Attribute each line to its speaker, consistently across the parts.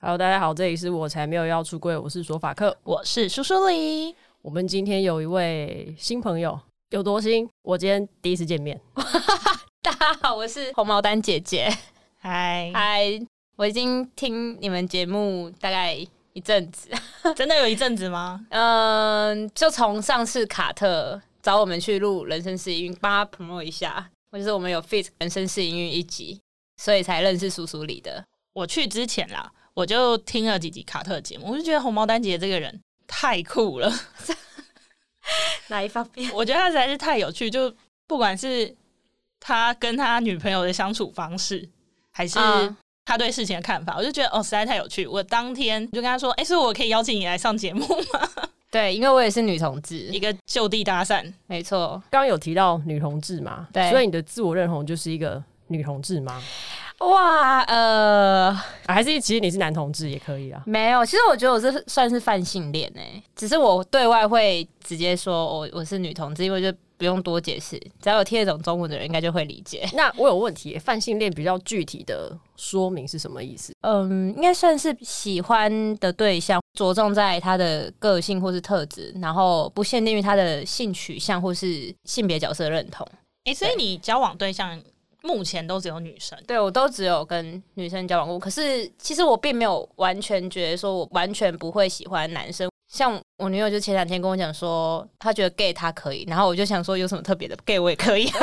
Speaker 1: Hello，大家好，这里是我才没有要出柜，我是索法克。
Speaker 2: 我是叔叔李，
Speaker 1: 我们今天有一位新朋友，有多新？我今天第一次见面，
Speaker 2: 大家好，我是红毛丹姐 姐。
Speaker 3: 嗨，
Speaker 2: 嗨，我已经听你们节目大概一阵子，
Speaker 3: 真的有一阵子吗？
Speaker 2: 嗯，就从上次卡特找我们去录人生试营运，帮他 promote 一下，或者是我们有 fit 人生试营运一集，所以才认识叔叔李的。
Speaker 3: 我去之前啦，我就听了几集卡特节目，我就觉得红毛丹姐这个人太酷了，
Speaker 2: 哪一方面？
Speaker 3: 我觉得她实在是太有趣，就不管是她跟她女朋友的相处方式，还是
Speaker 2: 嗯
Speaker 3: 她对事情的看法，我就觉得哦，实在太有趣。我当天就跟她说：“哎、所以我可以邀请你来上节目吗？”
Speaker 2: 对，因为我也是女同志
Speaker 3: 一，个就地搭讪，
Speaker 2: 没错。
Speaker 1: 刚刚有提到女同志嘛，
Speaker 2: 对
Speaker 1: 所以你的自我认同就是一个女同志吗？
Speaker 2: 哇，呃，
Speaker 1: 啊还是其实你是男同志也可以啊？
Speaker 2: 没有，其实我觉得我是算是泛性恋哎、只是我对外会直接说哦我我是女同志，因为就不用多解释，只要有听得懂中文的人应该就会理解。
Speaker 1: 那我有问题，泛性恋比较具体的说明是什么意思？
Speaker 2: 嗯，应该算是喜欢的对象着重在他的个性或是特质，然后不限定于他的性取向或是性别角色认同。
Speaker 3: 哎、所以你交往对象目前都只有女生，
Speaker 2: 对我都只有跟女生交往过，可是其实我并没有完全觉得说我完全不会喜欢男生。像我女友就前两天跟我讲说，她觉得 gay 她可以，然后我就想说有什么特别的 gay 我也可以， 就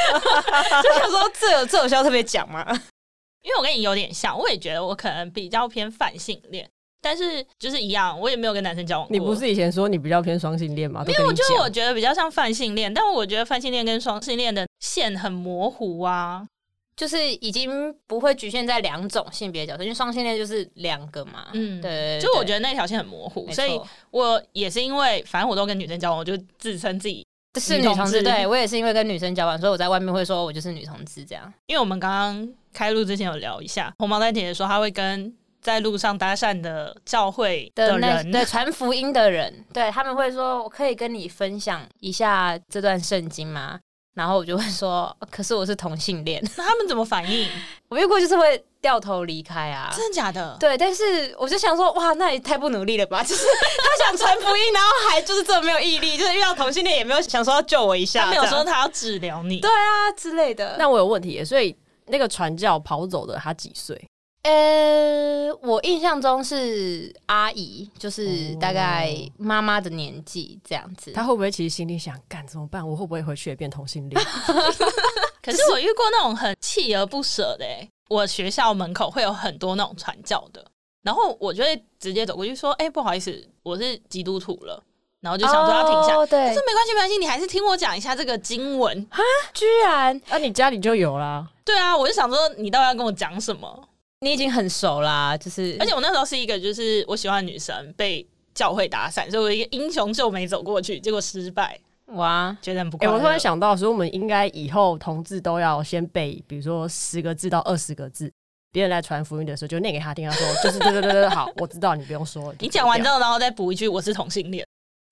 Speaker 2: 想说这有这有需要特别讲吗？
Speaker 3: 因为我跟你有点像，我也觉得我可能比较偏泛性恋，但是就是一样，我也没有跟男生交往过。
Speaker 1: 你不是以前说你比较偏双性恋吗？没
Speaker 3: 因为我觉得我觉得比较像泛性恋，但我觉得泛性恋跟双性恋的线很模糊啊。
Speaker 2: 就是已经不会局限在两种性别角色，因为双性恋就是两个嘛。嗯，
Speaker 3: 嗯
Speaker 2: 对
Speaker 3: 就我觉得
Speaker 2: 得，
Speaker 3: 那条线很模糊，
Speaker 2: 没
Speaker 3: 所以
Speaker 2: 错
Speaker 3: 我也是因为反正我都跟女生交往，我就自称自己，
Speaker 2: 是女
Speaker 3: 女
Speaker 2: 同
Speaker 3: 同
Speaker 2: 志，
Speaker 3: 志
Speaker 2: 对我也是因为跟女生交往，所以我在外面会说我就是女同志这样。
Speaker 3: 因为我们刚刚开录之前有聊一下，红毛丹姐姐说她会跟在路上搭讪的教会
Speaker 2: 的
Speaker 3: 的
Speaker 2: 那
Speaker 3: 人，
Speaker 2: 对传福音的人，对他们会说：“我可以跟你分享一下这段圣经吗？”然后我就会说：“呃可是我是同性恋。
Speaker 3: 那他们怎么反应？”
Speaker 2: 我遇过就是会掉头离开啊。
Speaker 3: 真的假的？
Speaker 2: 对，但是我就想说，哇，那也太不努力了吧！ 就是他想传福音，然后还就是这么没有毅力， 就是遇到同性恋也没有想说要救我一下，
Speaker 3: 他没有
Speaker 2: 这
Speaker 3: 说
Speaker 2: 样
Speaker 3: 他要治疗你，
Speaker 2: 对啊之类的。
Speaker 1: 那我有问题耶，所以那个传教跑走的他几岁？
Speaker 2: 呃，我印象中是阿姨，就是
Speaker 1: 哦
Speaker 2: 大概妈妈的年纪这样子。
Speaker 1: 他会不会其实心里想，干怎么办？我会不会回去也变同性 恋？
Speaker 3: 可是我遇过那种很锲而不舍的、欸，我学校门口会有很多那种传教的，然后我就会直接走过去说：“哎、不好意思，我是基督徒了。”然后就想说要停下，
Speaker 2: 哦对
Speaker 3: 但是没关系，没关系，你还是听我讲一下这个经文。
Speaker 2: 居然
Speaker 1: 那、啊你家里就有啦。
Speaker 3: 对啊，我就想说你到底要跟我讲什么？
Speaker 2: 你已经很熟啦，就是
Speaker 3: 而且我那时候是一个就是我喜欢的女生被教会打散，所以我一个英雄救美走过去，结果失败，
Speaker 2: 哇，
Speaker 3: 觉得很不
Speaker 1: 哎、
Speaker 3: 快乐。
Speaker 1: 我突然想到，所以我们应该以后同志都要先背，比如说十个字到二十个字，别人来传福音的时候就念给他听，他说 就是对对对对，好，我知道你不用说了。
Speaker 3: 你讲完之
Speaker 1: 后，
Speaker 3: 后，然后再补一句我是同性恋，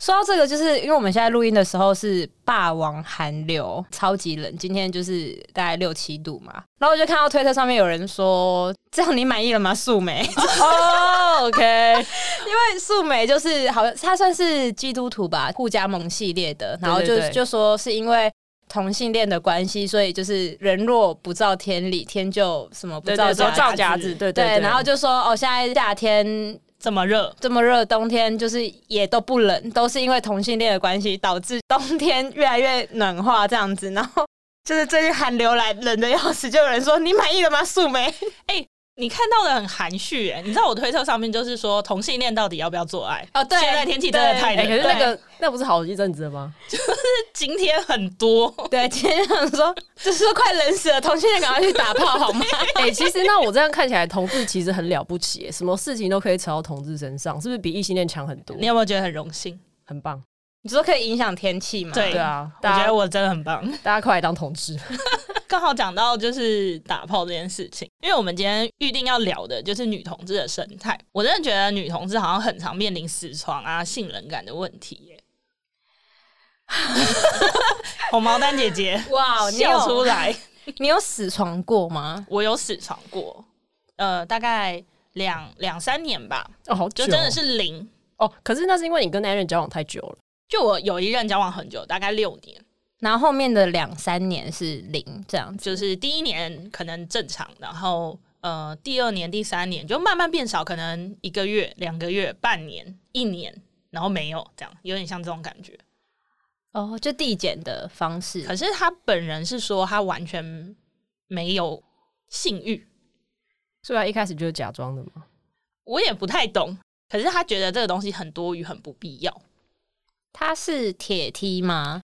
Speaker 2: 说到这个，就是因为我们现在录音的时候是霸王寒流，超级冷，今天就是大概六七度嘛。然后我就看到推特上面有人说：“这样你满意了吗，素梅？”
Speaker 1: 哦，OK，
Speaker 2: 因为素梅就是好像她算是基督徒吧，互加盟系列的，然后就
Speaker 1: 对对对
Speaker 2: 就说是因为。同性恋的关系，所以就是人若不照天理，天就什么不
Speaker 1: 对
Speaker 2: 照
Speaker 1: 对，
Speaker 2: 家
Speaker 1: 说造
Speaker 3: 假
Speaker 1: 假
Speaker 3: 字
Speaker 1: 字，对
Speaker 2: 对，
Speaker 1: 对，
Speaker 2: 然后就说哦，现在夏天
Speaker 3: 这么热，
Speaker 2: 这么热，冬天就是也都不冷，都是因为同性恋的关系导致冬天越来越暖化这样子。然后就是最近寒流来，冷的要死，就有人说你满意了吗？素梅，
Speaker 3: 你看到的很含蓄耶，你知道我推特上面就是说同性恋到底要不要做爱？
Speaker 2: 哦对
Speaker 3: 现在天气真的太
Speaker 1: 哎、
Speaker 3: 冷，
Speaker 1: 可是那
Speaker 3: 对
Speaker 1: 个那不是好一阵子了吗？
Speaker 3: 今天很多，
Speaker 2: 对，今天想说就是说快冷死了，同性恋赶快去打炮 好吗？
Speaker 1: 哎、其实那我这样看起来，同志其实很了不起耶，什么事情都可以扯到同志身上，是不是比异性恋强很多
Speaker 3: 你？有没有觉得很荣幸？
Speaker 1: 很棒，
Speaker 2: 你说可以影响天气吗？
Speaker 3: 对
Speaker 1: 对啊，
Speaker 3: 我
Speaker 1: 大
Speaker 3: 觉
Speaker 1: 家
Speaker 3: 得我真的很棒。
Speaker 1: 大家快来当同志，
Speaker 3: 刚好讲到就是打炮这件事情，因为我们今天预定要聊的就是女同志的生态。我真的觉得女同志好像很常面临死床啊、性冷感的问题耶。 红毛丹姐姐
Speaker 2: 哇，你
Speaker 3: 笑出
Speaker 2: 有
Speaker 3: 来，
Speaker 2: 你有死床过吗？
Speaker 3: 我有死床过，呃，大概两两三年吧，
Speaker 1: 哦，好久
Speaker 3: 就
Speaker 1: 哦，
Speaker 3: 真的是零。
Speaker 1: 哦。可是那是因为你跟那任交往太久了，
Speaker 3: 就我有一任交往很久，大概六年，
Speaker 2: 然后后面的两三年是零这样子，
Speaker 3: 就是第一年可能正常，然后呃第二年、第三年就慢慢变少，可能一个月、两个月、半年、一年，然后没有这样，有点像这种感觉。
Speaker 2: 哦，就递减的方式
Speaker 3: 可是他本人是说他完全没有性欲，
Speaker 1: 虽然一开始就是假装的嘛。
Speaker 3: 我也不太懂。可是他觉得这个东西很多余，很不必要。
Speaker 2: 它是铁梯吗？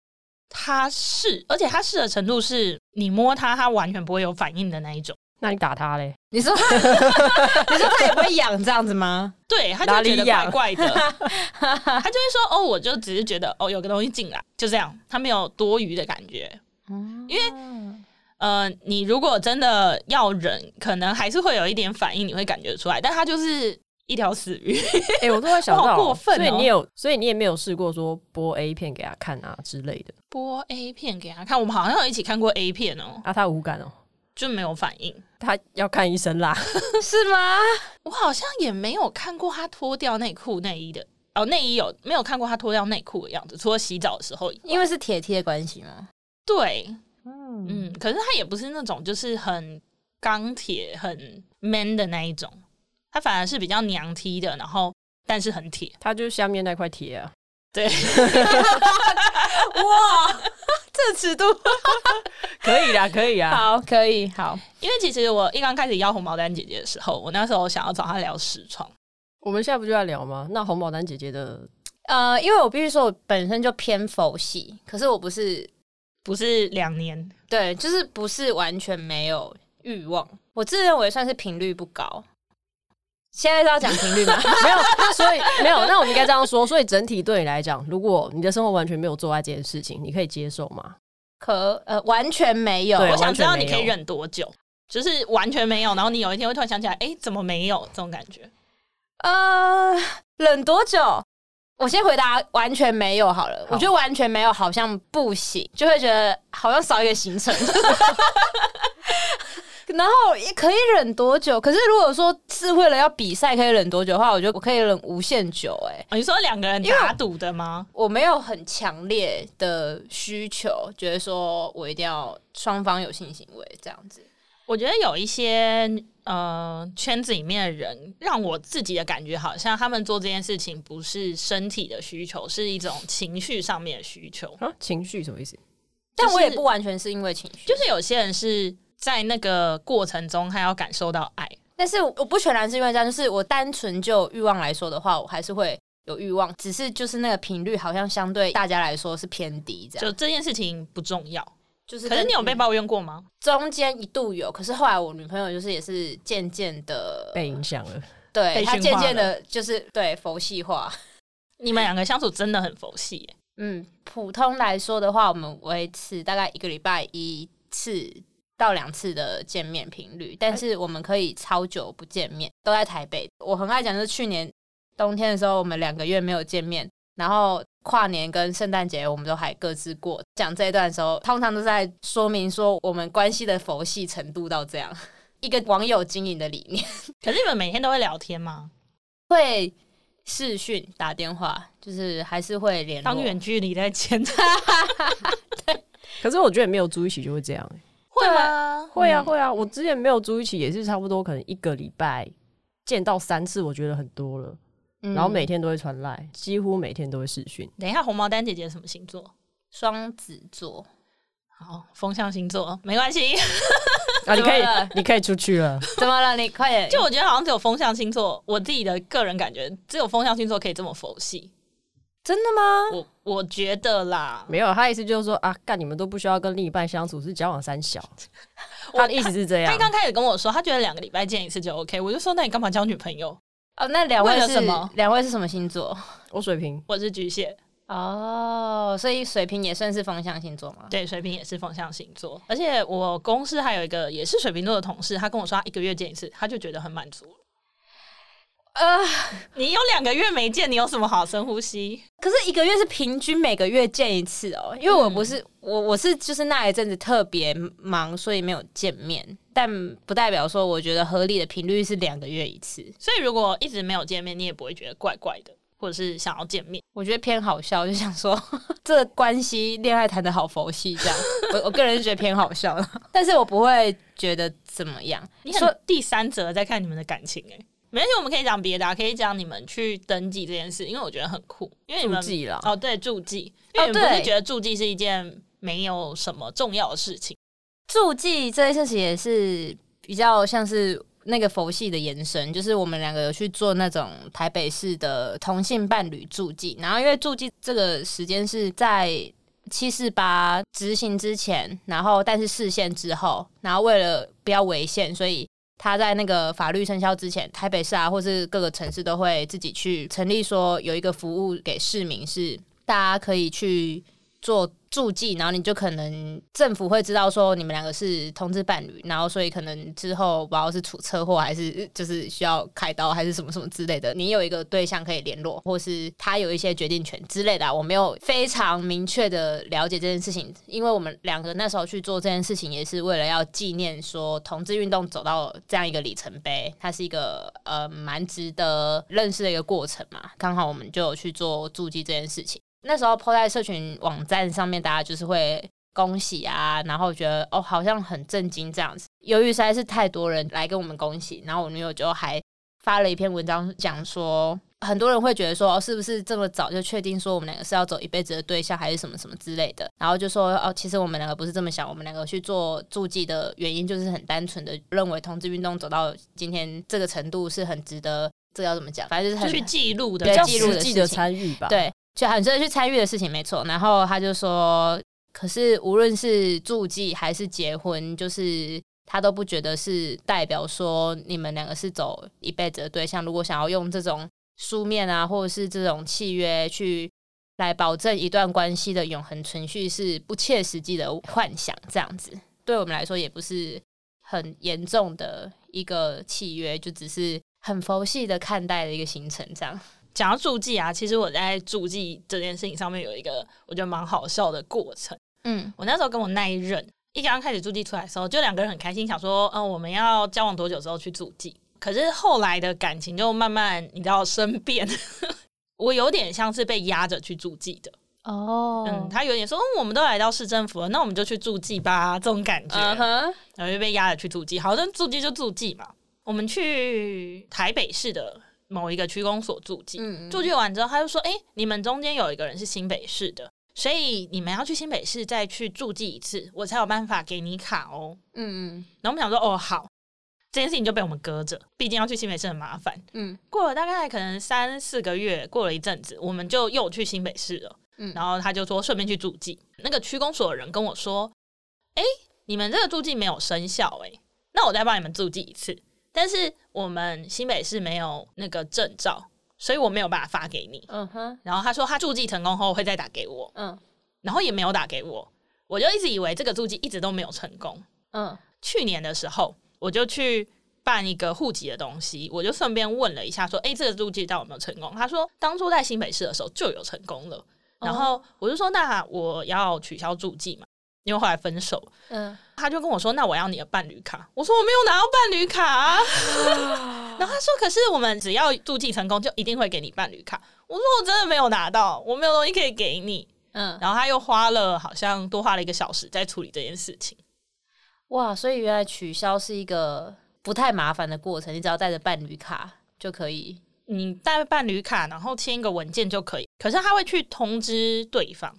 Speaker 3: 他是，而且他是的程度是你摸他，他完全不会有反应的那一种。
Speaker 1: 那你打他嘞？
Speaker 2: 你说， 你说它也不会痒这样子吗？
Speaker 3: 对，他
Speaker 1: 哪
Speaker 3: 就
Speaker 1: 里
Speaker 3: 觉得
Speaker 1: 痒
Speaker 3: 怪怪 的，他就会说：“哦，我就只是觉得哦，有个东西进来，就这样，他没有多余的感觉。”
Speaker 2: 因为
Speaker 3: 呃，你如果真的要忍，可能还是会有一点反应，你会感觉出来，但他就是一条死鱼。
Speaker 1: 哎、我都在想到，
Speaker 3: 好过分哦
Speaker 1: 所以你有，所以你也没有试过说播 A 片给他看啊之类的
Speaker 3: 播 A 片给他看，我们好像有一起看过 A 片哦，
Speaker 1: 啊，他无感哦，
Speaker 3: 就没有反应。
Speaker 1: 他要看医生啦。
Speaker 2: 是吗？
Speaker 3: 我好像也没有看过他脱掉内裤内衣的，哦，内衣有没有看过他脱掉内裤的样子？除了洗澡的时候以外，
Speaker 2: 因为是铁梯的关系吗？
Speaker 3: 对，
Speaker 2: 嗯，
Speaker 3: 嗯，可是他也不是那种就是很钢铁、很 man 的那一种，他反而是比较娘踢的，然后但是很铁。
Speaker 1: 他就是下面那块铁啊，
Speaker 3: 对，
Speaker 2: 哇， 这尺度
Speaker 1: 可以啦，可以啊。
Speaker 2: 好，可以好，
Speaker 3: 因为其实我一刚开始要红毛丹姐姐的时候，我那时候想要找她聊实创，
Speaker 1: 我们现在不就在聊吗？那红毛丹姐姐的
Speaker 2: 呃，因为我必须说，我本身就偏佛系，可是我不是
Speaker 3: 不是两年，
Speaker 2: 对，就是不是完全没有欲望，我自认为算是频率不高。现在是要讲频 率吗？
Speaker 1: 没有，那所以没有，那我们应该这样说。所以整体对你来讲，如果你的生活完全没有做爱这件事情，你可以接受吗？
Speaker 2: 可呃，完全没有。
Speaker 1: 对
Speaker 3: 我想知道
Speaker 1: 完全没
Speaker 3: 你
Speaker 1: 有
Speaker 3: 可以忍多久，就是完全没有，然后你有一天会突然想起来，哎、怎么没有这种感觉？
Speaker 2: 呃，忍多久？我先回答完全没有好了。
Speaker 1: 好
Speaker 2: 我觉得完全没有好像不行，就会觉得好像少一个 行程。然后也可以忍多久？可是如果说是为了要比赛可以忍多久的话，我觉得我可以忍无限久、欸。哎，
Speaker 3: 哦、你说两个人
Speaker 2: 因为
Speaker 3: 打赌的吗？
Speaker 2: 我没有很强烈的需求，觉得说我一定要双方有性行为这样子。
Speaker 3: 我觉得有一些呃圈子里面的人，让我自己的感觉好像他们做这件事情不是身体的需求，是一种情绪上面的需求。
Speaker 1: 啊，情绪什么意思？
Speaker 2: 但
Speaker 3: 就是
Speaker 2: 我也不完全是因为情绪，
Speaker 3: 就是有些人是在那个过程中，他要感受到爱。
Speaker 2: 但是我不全然是因为这样，就是我单纯就欲望来说的话，我还是会有欲望，只是就是那个频率好像相对大家来说是偏低，这样
Speaker 3: 就这件事情不重要。
Speaker 2: 就是
Speaker 3: 可
Speaker 2: 跟。
Speaker 3: 是你嗯有被抱怨过吗？
Speaker 2: 中间一度有，可是后来我女朋友就是也是渐渐的，
Speaker 1: 被影响了。
Speaker 2: 对
Speaker 3: 被
Speaker 2: 她
Speaker 3: 驯
Speaker 2: 渐
Speaker 3: 化
Speaker 2: 渐
Speaker 3: 了
Speaker 2: 的就是对佛系化。
Speaker 3: 你们两个相处真的很佛系耶、
Speaker 2: 嗯，普通来说的话，我们维持大概一个礼拜一次到两次的见面频率，
Speaker 1: 哎
Speaker 2: 但是我们可以超久不见面，都在台北。我很爱讲，就是去年冬天的时候，我们两个月没有见面，然后跨年跟圣诞节我们都还各自过。讲这一段的时候，通常都在说明说我们关系的佛系程度到这样一个网友经营的理念，
Speaker 3: 可是你们每天都会聊天吗？
Speaker 2: 会视讯打电话，就是还是会联络。
Speaker 3: 当远距离在见，
Speaker 1: 可是我觉得没有住一起就会这样、欸
Speaker 3: 会吗？
Speaker 1: 会啊，会啊，我之前没有住一起也是差不多，可能一个礼拜见到三次，我觉得很多了。
Speaker 2: 嗯
Speaker 1: 然后每天都会传来，几乎每天都会视讯。
Speaker 3: 等一下，红毛丹姐姐什么星座？
Speaker 2: 双子座。
Speaker 3: 好，风象星座没关系。
Speaker 1: 啊，你可以
Speaker 2: 怎么了，
Speaker 1: 你可以出去了。
Speaker 2: 怎么了？你快 点！
Speaker 3: 就我觉得好像只有风象星座，我自己的个人感觉，只有风象星座可以这么佛系。
Speaker 2: 真的吗？
Speaker 3: 我我觉得啦，
Speaker 1: 没有，他的意思就是说啊，干你们都不需要跟另一半相处，是交往三小。他的意思是这样
Speaker 3: 他。刚开始跟我说，他觉得两个礼拜见一次就 OK，我就说那你干嘛交女朋友？
Speaker 2: 哦，那两位
Speaker 3: 为了
Speaker 2: 是
Speaker 3: 什么？
Speaker 2: 两位是什么星座？
Speaker 1: 我水平
Speaker 3: 我是巨蟹，
Speaker 2: 哦，所以水瓶也算是风象星座吗？
Speaker 3: 对，水瓶也是风象星座，而且我公司还有一个也是水瓶座的同事，他跟我说他一个月见一次，他就觉得很满足了。
Speaker 2: 呃，
Speaker 3: 你有两个月没见，你有什么好深呼吸？
Speaker 2: 可是一个月是平均每个月见一次哦，因为我不是、我，我是就是那一阵子特别忙，所以没有见面，但不代表说我觉得合理的频率是两个月一次。
Speaker 3: 所以如果一直没有见面，你也不会觉得怪怪的，或者是想要见面。
Speaker 2: 我觉得偏好笑，就想说 这关系恋爱谈的好佛系这样，我我个人是觉得偏好笑了， 但是我不会觉得怎么样。
Speaker 3: 你
Speaker 2: 说
Speaker 3: 很第三者在看你们的感情、欸，哎，没关系，我们可以讲别的、啊，可以讲你们去登记这件事，因为我觉得很酷，因为你
Speaker 1: 注
Speaker 3: 们
Speaker 1: 记啦。
Speaker 3: 哦，对，助记，因为你们
Speaker 2: 哦
Speaker 3: 不
Speaker 2: 对
Speaker 3: 是觉得助记是一件没有什么重要的事情，
Speaker 2: 助记这件事情也是比较像是那个佛系的延伸，就是我们两个有去做那种台北市的同性伴侣助记，然后因为助记这个时间是在七四八执行之前，然后但是释宪之后，然后为了不要违宪，所以。他在那个法律生效之前，台北市啊，或是各个城市都会自己去成立说有一个服务给市民，是大家可以去做助记，然后你就可能政府会知道说你们两个是同志伴侣，然后所以可能之后不知道是出车祸还是就是需要开刀还是什么什么之类的，你有一个对象可以联络，或是他有一些决定权之类的啊、我没有非常明确的了解这件事情，因为我们两个那时候去做这件事情也是为了要纪念说同志运动走到这样一个里程碑，它是一个呃蛮值得认识的一个过程嘛。刚好我们就有去做助记这件事情。那时候 PO 在社群网站上面，大家就是会恭喜啊，然后觉得哦，好像很震惊这样子。由于实在是太多人来跟我们恭喜，然后我女友就还发了一篇文章，讲说很多人会觉得说，哦，是不是这么早就确定说我们两个是要走一辈子的对象，还是什么什么之类的？然后就说，哦，其实我们两个不是这么想，我们两个去做助记的原因就是很单纯的认为同志运动走到今天这个程度是很值得，这个要怎么讲？反正就是
Speaker 3: 就
Speaker 2: 很
Speaker 3: 去记录的
Speaker 2: 对
Speaker 1: 比较
Speaker 2: 记录的
Speaker 1: 实际
Speaker 2: 事
Speaker 1: 的
Speaker 2: 情
Speaker 1: 参与吧。，
Speaker 2: 对，就很值得去参与的事情，没错。然后他就说，可是无论是助记还是结婚，就是他都不觉得是代表说你们两个是走一辈子的对象。如果想要用这种书面啊，或者是这种契约去来保证一段关系的永恒存续，是不切实际的幻想。这样子对我们来说也不是很严重的一个契约，就只是很佛系的看待的一个行程这样。
Speaker 3: 讲到助记啊，其实我在助记这件事情上面有一个我觉得蛮好笑的过程。
Speaker 2: 嗯，
Speaker 3: 我那时候跟我那一任一刚开始助记出来的时候，就两个人很开心，想说，嗯、我们要交往多久之后去助记？可是后来的感情就慢慢你知道生变， 我有点像是被压着去助记的。
Speaker 2: 哦
Speaker 3: 嗯，他有点说，嗯，我们都来到市政府了，那我们就去助记吧，这种感觉。
Speaker 2: 嗯哼，
Speaker 3: 然后就被压着去住记。好，像住记就住记嘛。我们去台北市的某一个区公所住记，
Speaker 2: 嗯
Speaker 3: 住记完之后，他就说：“哎、你们中间有一个人是新北市的，所以你们要去新北市再去住记一次，我才有办法给你卡哦。
Speaker 2: 嗯嗯”
Speaker 3: 然后我们想说：“哦，好。”这件事情就被我们搁着，毕竟要去新北市很麻烦。
Speaker 2: 嗯
Speaker 3: 过了大概可能三四个月，过了一阵子，我们就又去新北市了。
Speaker 2: 嗯，
Speaker 3: 然后他就说顺便去住记。那个区公所的人跟我说：“哎、你们这个住记没有生效、诶，哎，那我再帮你们住记一次。但是我们新北市没有那个证照，所以我没有办法发给你。
Speaker 2: 嗯哼，”
Speaker 3: 然后他说他住记成功后会再打给我，
Speaker 2: 嗯
Speaker 3: 然后也没有打给我，我就一直以为这个住记一直都没有成功。
Speaker 2: 嗯
Speaker 3: 去年的时候，我就去办一个户籍的东西，我就顺便问了一下，说：“诶，这个入籍到底有没有成功？”他说：“当初在新北市的时候就有成功了。”然后我就说：“那我要取消住记嘛，因为后来分手。
Speaker 2: 嗯，”
Speaker 3: 他就跟我说：“那我要你的伴侣卡。”我说：“我没有拿到伴侣卡啊、 然后他说：“可是我们只要住记成功，就一定会给你伴侣卡。”我说：“我真的没有拿到，我没有东西可以给你。”
Speaker 2: 嗯，
Speaker 3: 然后他又花了好像多花了一个小时在处理这件事情。
Speaker 2: 哇，所以原来取消是一个不太麻烦的过程，你只要带着伴侣卡就可以。
Speaker 3: 你带伴侣卡，然后签一个文件就可以。可是他会去通知对方，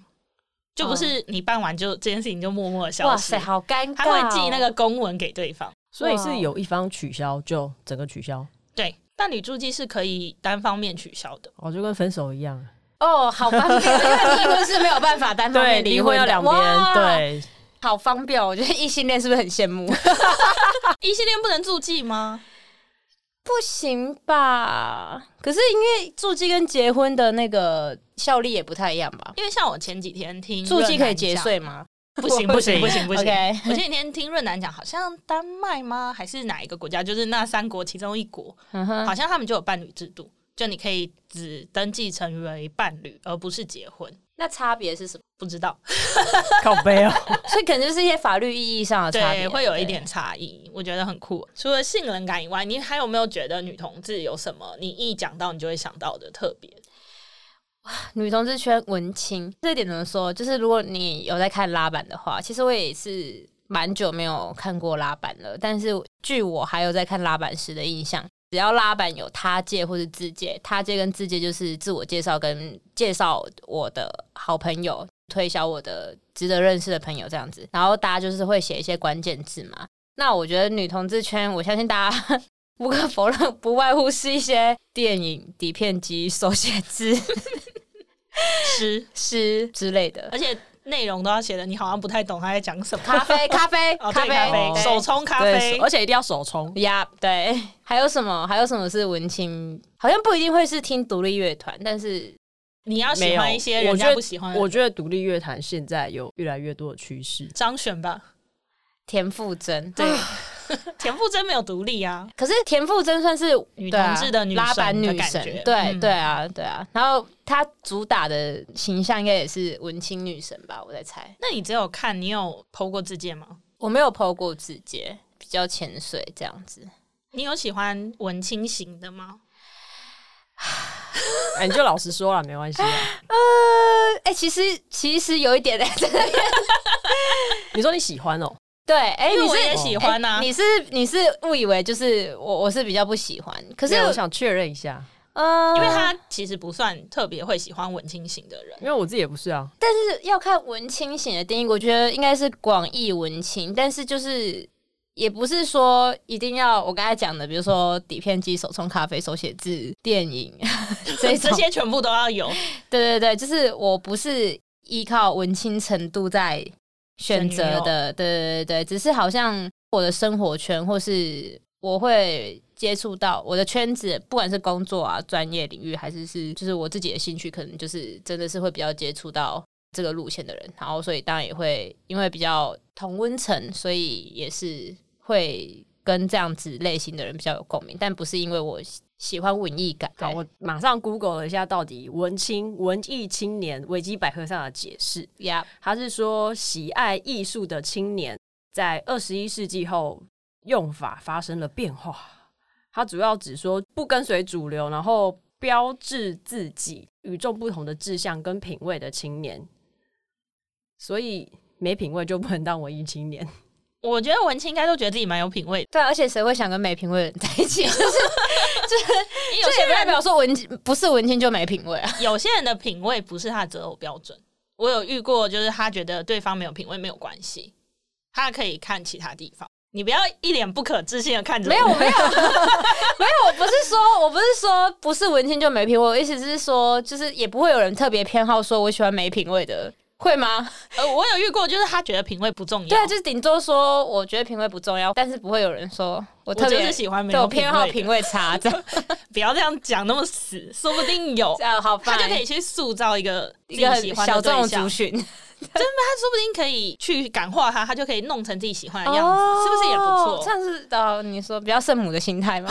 Speaker 3: 就不是你办完就、这件事情就默默的消
Speaker 2: 哇
Speaker 3: 失
Speaker 2: 塞，。好尴尬、哦！
Speaker 3: 他会寄那个公文给对方。
Speaker 1: 所以是
Speaker 2: 哇
Speaker 1: 有一方取消就整个取消，
Speaker 3: 对，伴侣注记是可以单方面取消的。
Speaker 1: 哦，就跟分手一样。
Speaker 2: 哦，好方便， 因为离婚是没有办法单方面
Speaker 1: 离
Speaker 2: 婚
Speaker 1: 婚
Speaker 2: 的
Speaker 1: 要两边，，
Speaker 2: 哇
Speaker 1: 对，
Speaker 2: 好方便哦。我觉得异性恋是不是很羡慕？啊
Speaker 3: 啊异性恋不能注记吗？
Speaker 2: 不行吧？可是因为住记跟结婚的那个效力也不太一样吧？
Speaker 3: 因为像我前几天听
Speaker 2: 住记可
Speaker 3: 润
Speaker 2: 以
Speaker 3: 南
Speaker 2: 节
Speaker 3: 讲，
Speaker 2: 税吗？
Speaker 3: 不行不行
Speaker 1: 不
Speaker 3: 不行不行
Speaker 2: OK
Speaker 3: 我前几天听润南讲，好像丹麦吗？还是哪一个国家？就是那三国其中一国，
Speaker 2: 嗯哼
Speaker 3: 好像他们就有伴侣制度，就你可以只登记成为伴侣，而不是结婚。
Speaker 2: 那差别是什么？
Speaker 3: 不知道，
Speaker 1: 靠背哦，
Speaker 2: 所以可能就是一些法律意义上的差
Speaker 3: 对，
Speaker 2: 别，
Speaker 3: 会有一点差异，我觉得很酷。除了性冷感以外，你还有没有觉得女同志有什么你一讲到你就会想到的特别？
Speaker 2: 女同志圈文青这一点怎么说？就是如果你有在看拉板的话，其实我也是蛮久没有看过拉板了。但是据我还有在看拉板时的印象，只要拉板有他介或是自介，他介跟自介就是自我介绍跟介绍我的好朋友，推销我的值得认识的朋友这样子。然后大家就是会写一些关键字嘛。那我觉得女同志圈，我相信大家无可否认，不外乎是一些电影底片及手写字。
Speaker 3: 诗，
Speaker 2: 诗之类的。
Speaker 3: 而且内容都要写的，你好像不太懂他在讲什么。
Speaker 2: 咖 啡，咖啡，
Speaker 3: 哦，
Speaker 2: 咖
Speaker 3: 对，
Speaker 2: 啡，
Speaker 3: 咖啡，
Speaker 1: 对
Speaker 3: 手冲咖
Speaker 1: 对，
Speaker 3: 啡
Speaker 1: 而。且一定要手冲，
Speaker 2: 呀对。 还有什么？还有什么是文青？好像不一定会是听独立乐团，但是
Speaker 3: 你要
Speaker 1: 没
Speaker 3: 喜
Speaker 1: 有
Speaker 3: 欢一些
Speaker 1: 我
Speaker 3: 人
Speaker 1: 觉
Speaker 3: 家
Speaker 1: 得
Speaker 3: 不喜欢的，
Speaker 1: 我觉得独立乐坛现在有越来越多的趋势，
Speaker 3: 张悬吧，
Speaker 2: 田馥甄
Speaker 3: 对，田馥甄没有独立啊，
Speaker 2: 可是田馥甄算是
Speaker 3: 女
Speaker 2: 对啊
Speaker 3: 同志的女
Speaker 2: 拉
Speaker 3: 神
Speaker 2: 板
Speaker 3: 的
Speaker 2: 女
Speaker 3: 感
Speaker 2: 神
Speaker 3: 觉，
Speaker 2: 对、
Speaker 3: 嗯
Speaker 2: 对啊对啊。然后她主打的形象应该也是文青女神吧，我在猜。
Speaker 3: 那你只有看，你有剖过自荐吗？
Speaker 2: 我没有剖过字节，比较潜水这样子。
Speaker 3: 你有喜欢文青型的吗？
Speaker 1: 哎，你就老实说了，没关系啊。
Speaker 2: 呃，哎、其实其实有 一点、欸，真的
Speaker 1: 你说你喜欢哦，
Speaker 2: 对，哎、
Speaker 3: 因为
Speaker 2: 你
Speaker 3: 我
Speaker 2: 是
Speaker 3: 也喜欢
Speaker 1: 哎
Speaker 3: 啊。
Speaker 2: 哎你是你是误以为就是我我是比较不喜欢，
Speaker 1: 可
Speaker 2: 可是
Speaker 1: 我想确认一下，
Speaker 2: 呃，
Speaker 3: 因为他其实不算特别会喜欢文青型的人，
Speaker 1: 因为我自己也不是啊。
Speaker 2: 但是要看文青型的定义，我觉得应该是广义文青，但是就是也不是说一定要我刚才讲的，比如说底片机、手冲咖啡、手写字、电影 这一
Speaker 3: 这
Speaker 2: 种，
Speaker 3: 些全部都要有。
Speaker 2: 对对对，就是我不是依靠文青程度在选择的，对对对对，只是好像我的生活圈或是我会接触到我的圈子，不管是工作啊、专业领域，还是是就是我自己的兴趣，可能就是真的是会比较接触到这个路线的人，然后所以当然也会因为比较同温层，所以也是会跟这样子类型的人比较有共鸣，但不是因为我喜喜欢文艺感。
Speaker 1: 好，
Speaker 2: 对
Speaker 1: 我马上 Google 了一下，到底文青、文艺青年维基百科上的解释，
Speaker 2: 呀
Speaker 1: 它是说喜爱艺术的青年，在二十一世纪后用法发生了变化。它主要指说不跟随主流，然后标志自己与众不同的志向跟品味的青年。所以没品味就不能当文艺青年。
Speaker 3: 我觉得文青应该都觉得自己蛮有品味的，
Speaker 2: 对啊，而且谁会想跟没品味的人在一起？ 就是
Speaker 3: 因为有
Speaker 2: 这
Speaker 3: 些
Speaker 1: 啊
Speaker 2: 也不代
Speaker 3: 人
Speaker 2: 表说文青不是文青就没品味啊。
Speaker 3: 有些人的品味不是他的择偶标准。我有遇过，就是他觉得对方没有品味没有关系，他可以看其他地方。你不要一脸不可置信的看着我，
Speaker 2: 没有，我没有，没有，我不是说，我不是说不是文青就没品味，我意思是说，就是也不会有人特别偏好说我喜欢没品味的，会吗？
Speaker 3: 呃，我有遇过，就是他觉得品味不重要，
Speaker 2: 对啊，就是顶多说我觉得品味不重要，但是不会有人说我
Speaker 3: 我
Speaker 2: 特
Speaker 3: 就
Speaker 2: 别
Speaker 3: 是喜欢没
Speaker 2: 对
Speaker 3: 有
Speaker 2: 我
Speaker 3: 品
Speaker 2: 偏
Speaker 3: 味
Speaker 2: 好
Speaker 3: 的
Speaker 2: 品味差 这样。
Speaker 3: 不要这样讲那么死，说不定有
Speaker 2: 这，样好，
Speaker 3: 他就可
Speaker 2: fine
Speaker 3: 以去塑造一个自
Speaker 2: 一
Speaker 3: 己
Speaker 2: 个
Speaker 3: 喜
Speaker 2: 很
Speaker 3: 欢
Speaker 2: 小
Speaker 3: 的对
Speaker 2: 众
Speaker 3: 象，
Speaker 2: 族群。
Speaker 3: 他说不定可以去感化他，他就可以弄成自己喜欢的样子，是不是也不
Speaker 2: 哦
Speaker 3: 错？
Speaker 2: 像是哦，你说比较圣母的心态吗？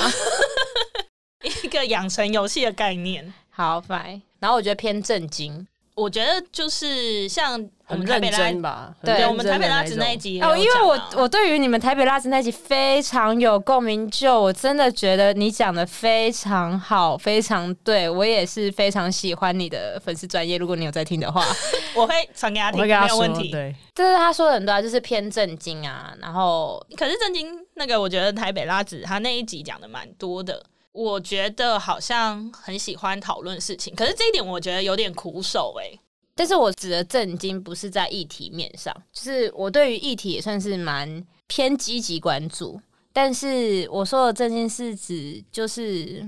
Speaker 3: 一个养成游戏的概念。
Speaker 2: 好，fine。然后我觉得偏震惊
Speaker 3: 我觉得就是像我
Speaker 1: 很
Speaker 3: 们台
Speaker 1: 认
Speaker 3: 北拉
Speaker 1: 真，吧？
Speaker 2: 对
Speaker 3: 对，
Speaker 1: 很
Speaker 3: 我们
Speaker 1: 认
Speaker 3: 台
Speaker 1: 真的
Speaker 3: 北拉
Speaker 1: 一
Speaker 3: 直
Speaker 1: 种
Speaker 3: 那一集也有
Speaker 2: 哦，因为
Speaker 3: 讲
Speaker 2: 我
Speaker 3: 啊
Speaker 2: 我对于你们台北拉子那集非常有共鸣，就我真的觉得你讲的非常好，非常对我也是非常喜欢你的粉丝专业。如果你有在听的话，
Speaker 3: 我会传给他
Speaker 1: 我
Speaker 3: 听，
Speaker 1: 会
Speaker 3: 没
Speaker 1: 跟他
Speaker 3: 有
Speaker 1: 说
Speaker 3: 问，题。
Speaker 1: 对，
Speaker 2: 这是他说的很对啊，就是偏震惊啊，然后
Speaker 3: 可是正经那个，我觉得台北拉子他那一集讲的蛮多的。我觉得好像很喜欢讨论事情，可是这一点我觉得有点苦手哎、
Speaker 2: 但是我指的震惊不是在议题面上，就是我对于议题也算是蛮偏积极关注，但是我说的震惊是指就是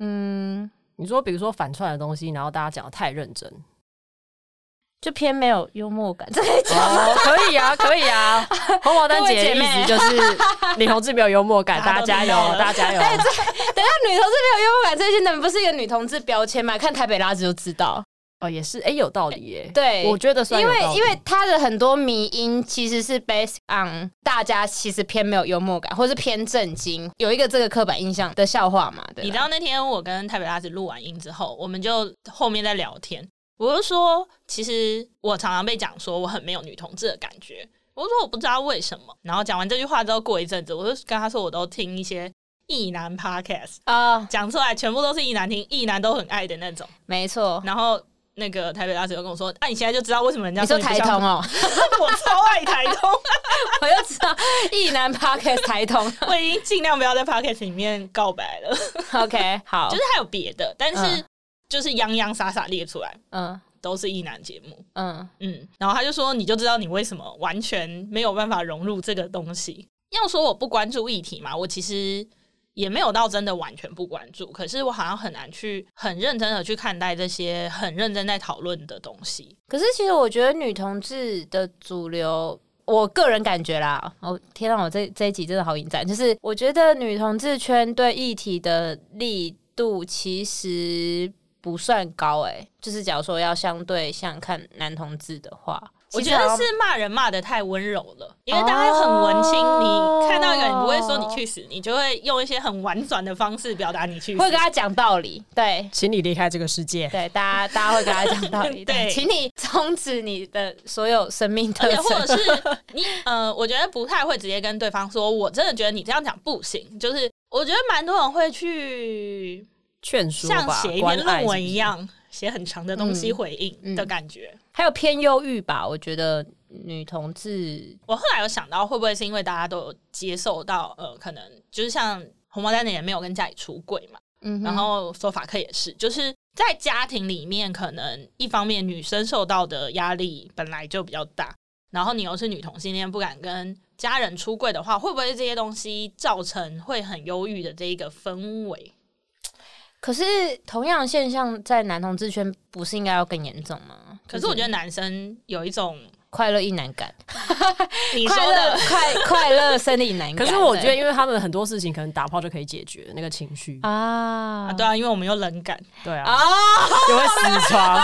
Speaker 2: 嗯，
Speaker 1: 你说比如说反串的东西，然后大家讲的太认真，
Speaker 2: 就偏没有幽默感， 这个
Speaker 1: 哦，可以 啊，可以啊。红毛丹姐的意思就是李同志没有幽默感，大家
Speaker 3: 大家
Speaker 1: 加油，
Speaker 3: 都知道了
Speaker 1: 大家加油。
Speaker 2: 等一下，女同志没有幽默感这些，能不是一个女同志标签吗？看台北拉子就知道。
Speaker 1: 哦，也是，哎，有道理耶。
Speaker 2: 对，
Speaker 1: 我觉得算
Speaker 2: 因
Speaker 1: 有
Speaker 2: 为
Speaker 1: 道理
Speaker 2: 因为他的很多迷音其实是 based on 大家其实偏没有幽默感，或是偏震惊，有一个这个刻板印象的笑话嘛，对吧啊
Speaker 3: 你知道那天我跟台北拉子录完音之后，我们就后面在聊天，我就说，其实我常常被讲说我很没有女同志的感觉，我就说我不知道为什么。然后讲完这句话之后，过一阵子，我就跟他说，我都听一些异男 podcast，
Speaker 2: 啊、
Speaker 3: 讲出来全部都是异男听，异男都很爱的那种。
Speaker 2: 没错，
Speaker 3: 然后那个台北拉子就跟我说，啊那、你现在就知道为什么人家
Speaker 2: 你说
Speaker 3: 你不
Speaker 2: 台
Speaker 3: 像
Speaker 2: 通哦，
Speaker 3: 我，我超爱台通，
Speaker 2: 我就知道一男 podcast 台通
Speaker 3: 我已经尽量不要在 podcast 里面告白了，
Speaker 2: ，OK，好，
Speaker 3: 就是还有别的，但是
Speaker 2: 嗯
Speaker 3: 就是洋洋洒洒列出来。
Speaker 2: 嗯
Speaker 3: 都是一男节目，
Speaker 2: 嗯，
Speaker 3: 嗯，然后他就说，你就知道你为什么完全没有办法融入这个东西。要说我不关注议题嘛，我其实也没有到真的完全不关注，可是我好像很难去很认真的去看待这些很认真在讨论的东西。
Speaker 2: 可是其实我觉得女同志的主流，我个人感觉啦，哦天啊，我这这一集真的好引战，就是我觉得女同志圈对议题的力度其实不算高、欸，就是假如说要相对像看男同志的话，
Speaker 3: 我觉
Speaker 2: 其实
Speaker 3: 得
Speaker 2: 好像
Speaker 3: 是骂人骂的太温柔了，因为大家很文青，
Speaker 2: 哦
Speaker 3: 你看到一个人你不会说你去死，你就会用一些很婉转的方式表达你去死。
Speaker 2: 会跟他讲道理，对。
Speaker 1: 请你离开这个世界。
Speaker 2: 对，大家大家会跟他讲道 理，
Speaker 3: 对
Speaker 2: 请你终止你的所有生命特
Speaker 3: 而且
Speaker 2: 征，
Speaker 3: 或者是你呃，我觉得不太会直接跟对方说，我真的觉得你这样讲不行。就是我觉得蛮多人会去
Speaker 1: 劝说
Speaker 3: 像
Speaker 1: 吧，
Speaker 3: 写一
Speaker 1: 关
Speaker 3: 篇
Speaker 1: 爱
Speaker 3: 论
Speaker 1: 是不
Speaker 3: 文
Speaker 1: 是
Speaker 3: 一。样，写很长的东西回应
Speaker 2: 嗯
Speaker 3: 的感觉。
Speaker 2: 还有偏忧郁吧。我觉得女同志
Speaker 3: 我后来有想到，会不会是因为大家都有接受到呃，可能就是像红毛丹的也没有跟家里出轨嘛，
Speaker 2: 嗯哼，
Speaker 3: 然后索法克也是，就是在家庭里面，可能一方面女生受到的压力本来就比较大，然后你又是女同性恋，不敢跟家人出柜的话，会不会这些东西造成会很忧郁的这一个氛围？
Speaker 2: 可是同样的现象在男同志圈不是应该要更严重吗？
Speaker 3: 可是我觉
Speaker 2: 得
Speaker 3: 得男生有一种
Speaker 2: 快乐一难感，
Speaker 3: 你说
Speaker 2: 快乐
Speaker 3: 的，
Speaker 2: 快 快乐生理难
Speaker 1: 可
Speaker 2: 感。
Speaker 1: 是我觉得，
Speaker 2: 对
Speaker 1: 因为他们很多事情可能打炮就可以解决那个情绪，
Speaker 2: 啊
Speaker 3: 啊， 对啊，因为我们有冷感，
Speaker 1: 对啊，
Speaker 2: 啊，
Speaker 1: 也会死床，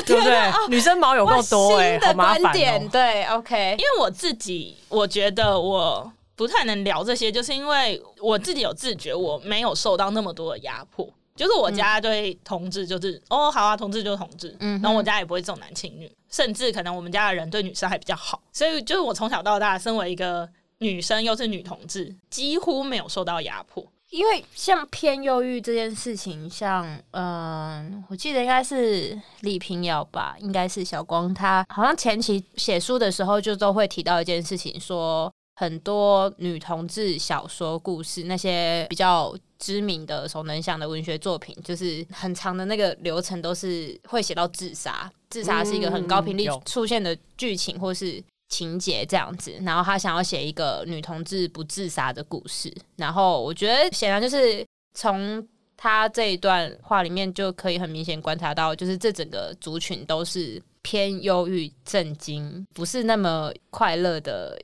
Speaker 1: 对不对？女生毛有够多哎，
Speaker 2: 新
Speaker 1: 好
Speaker 2: 的
Speaker 1: 麻
Speaker 2: 观
Speaker 1: 烦
Speaker 2: 点
Speaker 1: 哦。
Speaker 2: 对，OK，
Speaker 3: 因为我自己我觉得我。不太能聊这些，就是因为我自己有自觉，我没有受到那么多的压迫。就是我家对同志就是、哦，好啊，同志就是同志，
Speaker 2: 嗯嗯哼
Speaker 3: 然后我家也不会重男轻女，甚至可能我们家的人对女生还比较好，所以就是我从小到大，身为一个女生又是女同志，几乎没有受到压迫。
Speaker 2: 因为像偏忧郁这件事情，像嗯、我记得应该是李平遥吧，应该是小光他好像前期写书的时候就都会提到一件事情说。很多女同志小说故事，那些比较知名的手能详的文学作品，就是很长的那个流程都是会写到自杀，自杀是一个很高频率
Speaker 1: 嗯有
Speaker 2: 出现的剧情或是情节这样子，然后他想要写一个女同志不自杀的故事，然后我觉得显然就是从他这一段话里面就可以很明显观察到，就是这整个族群都是偏忧郁、震惊，不是那么快乐的。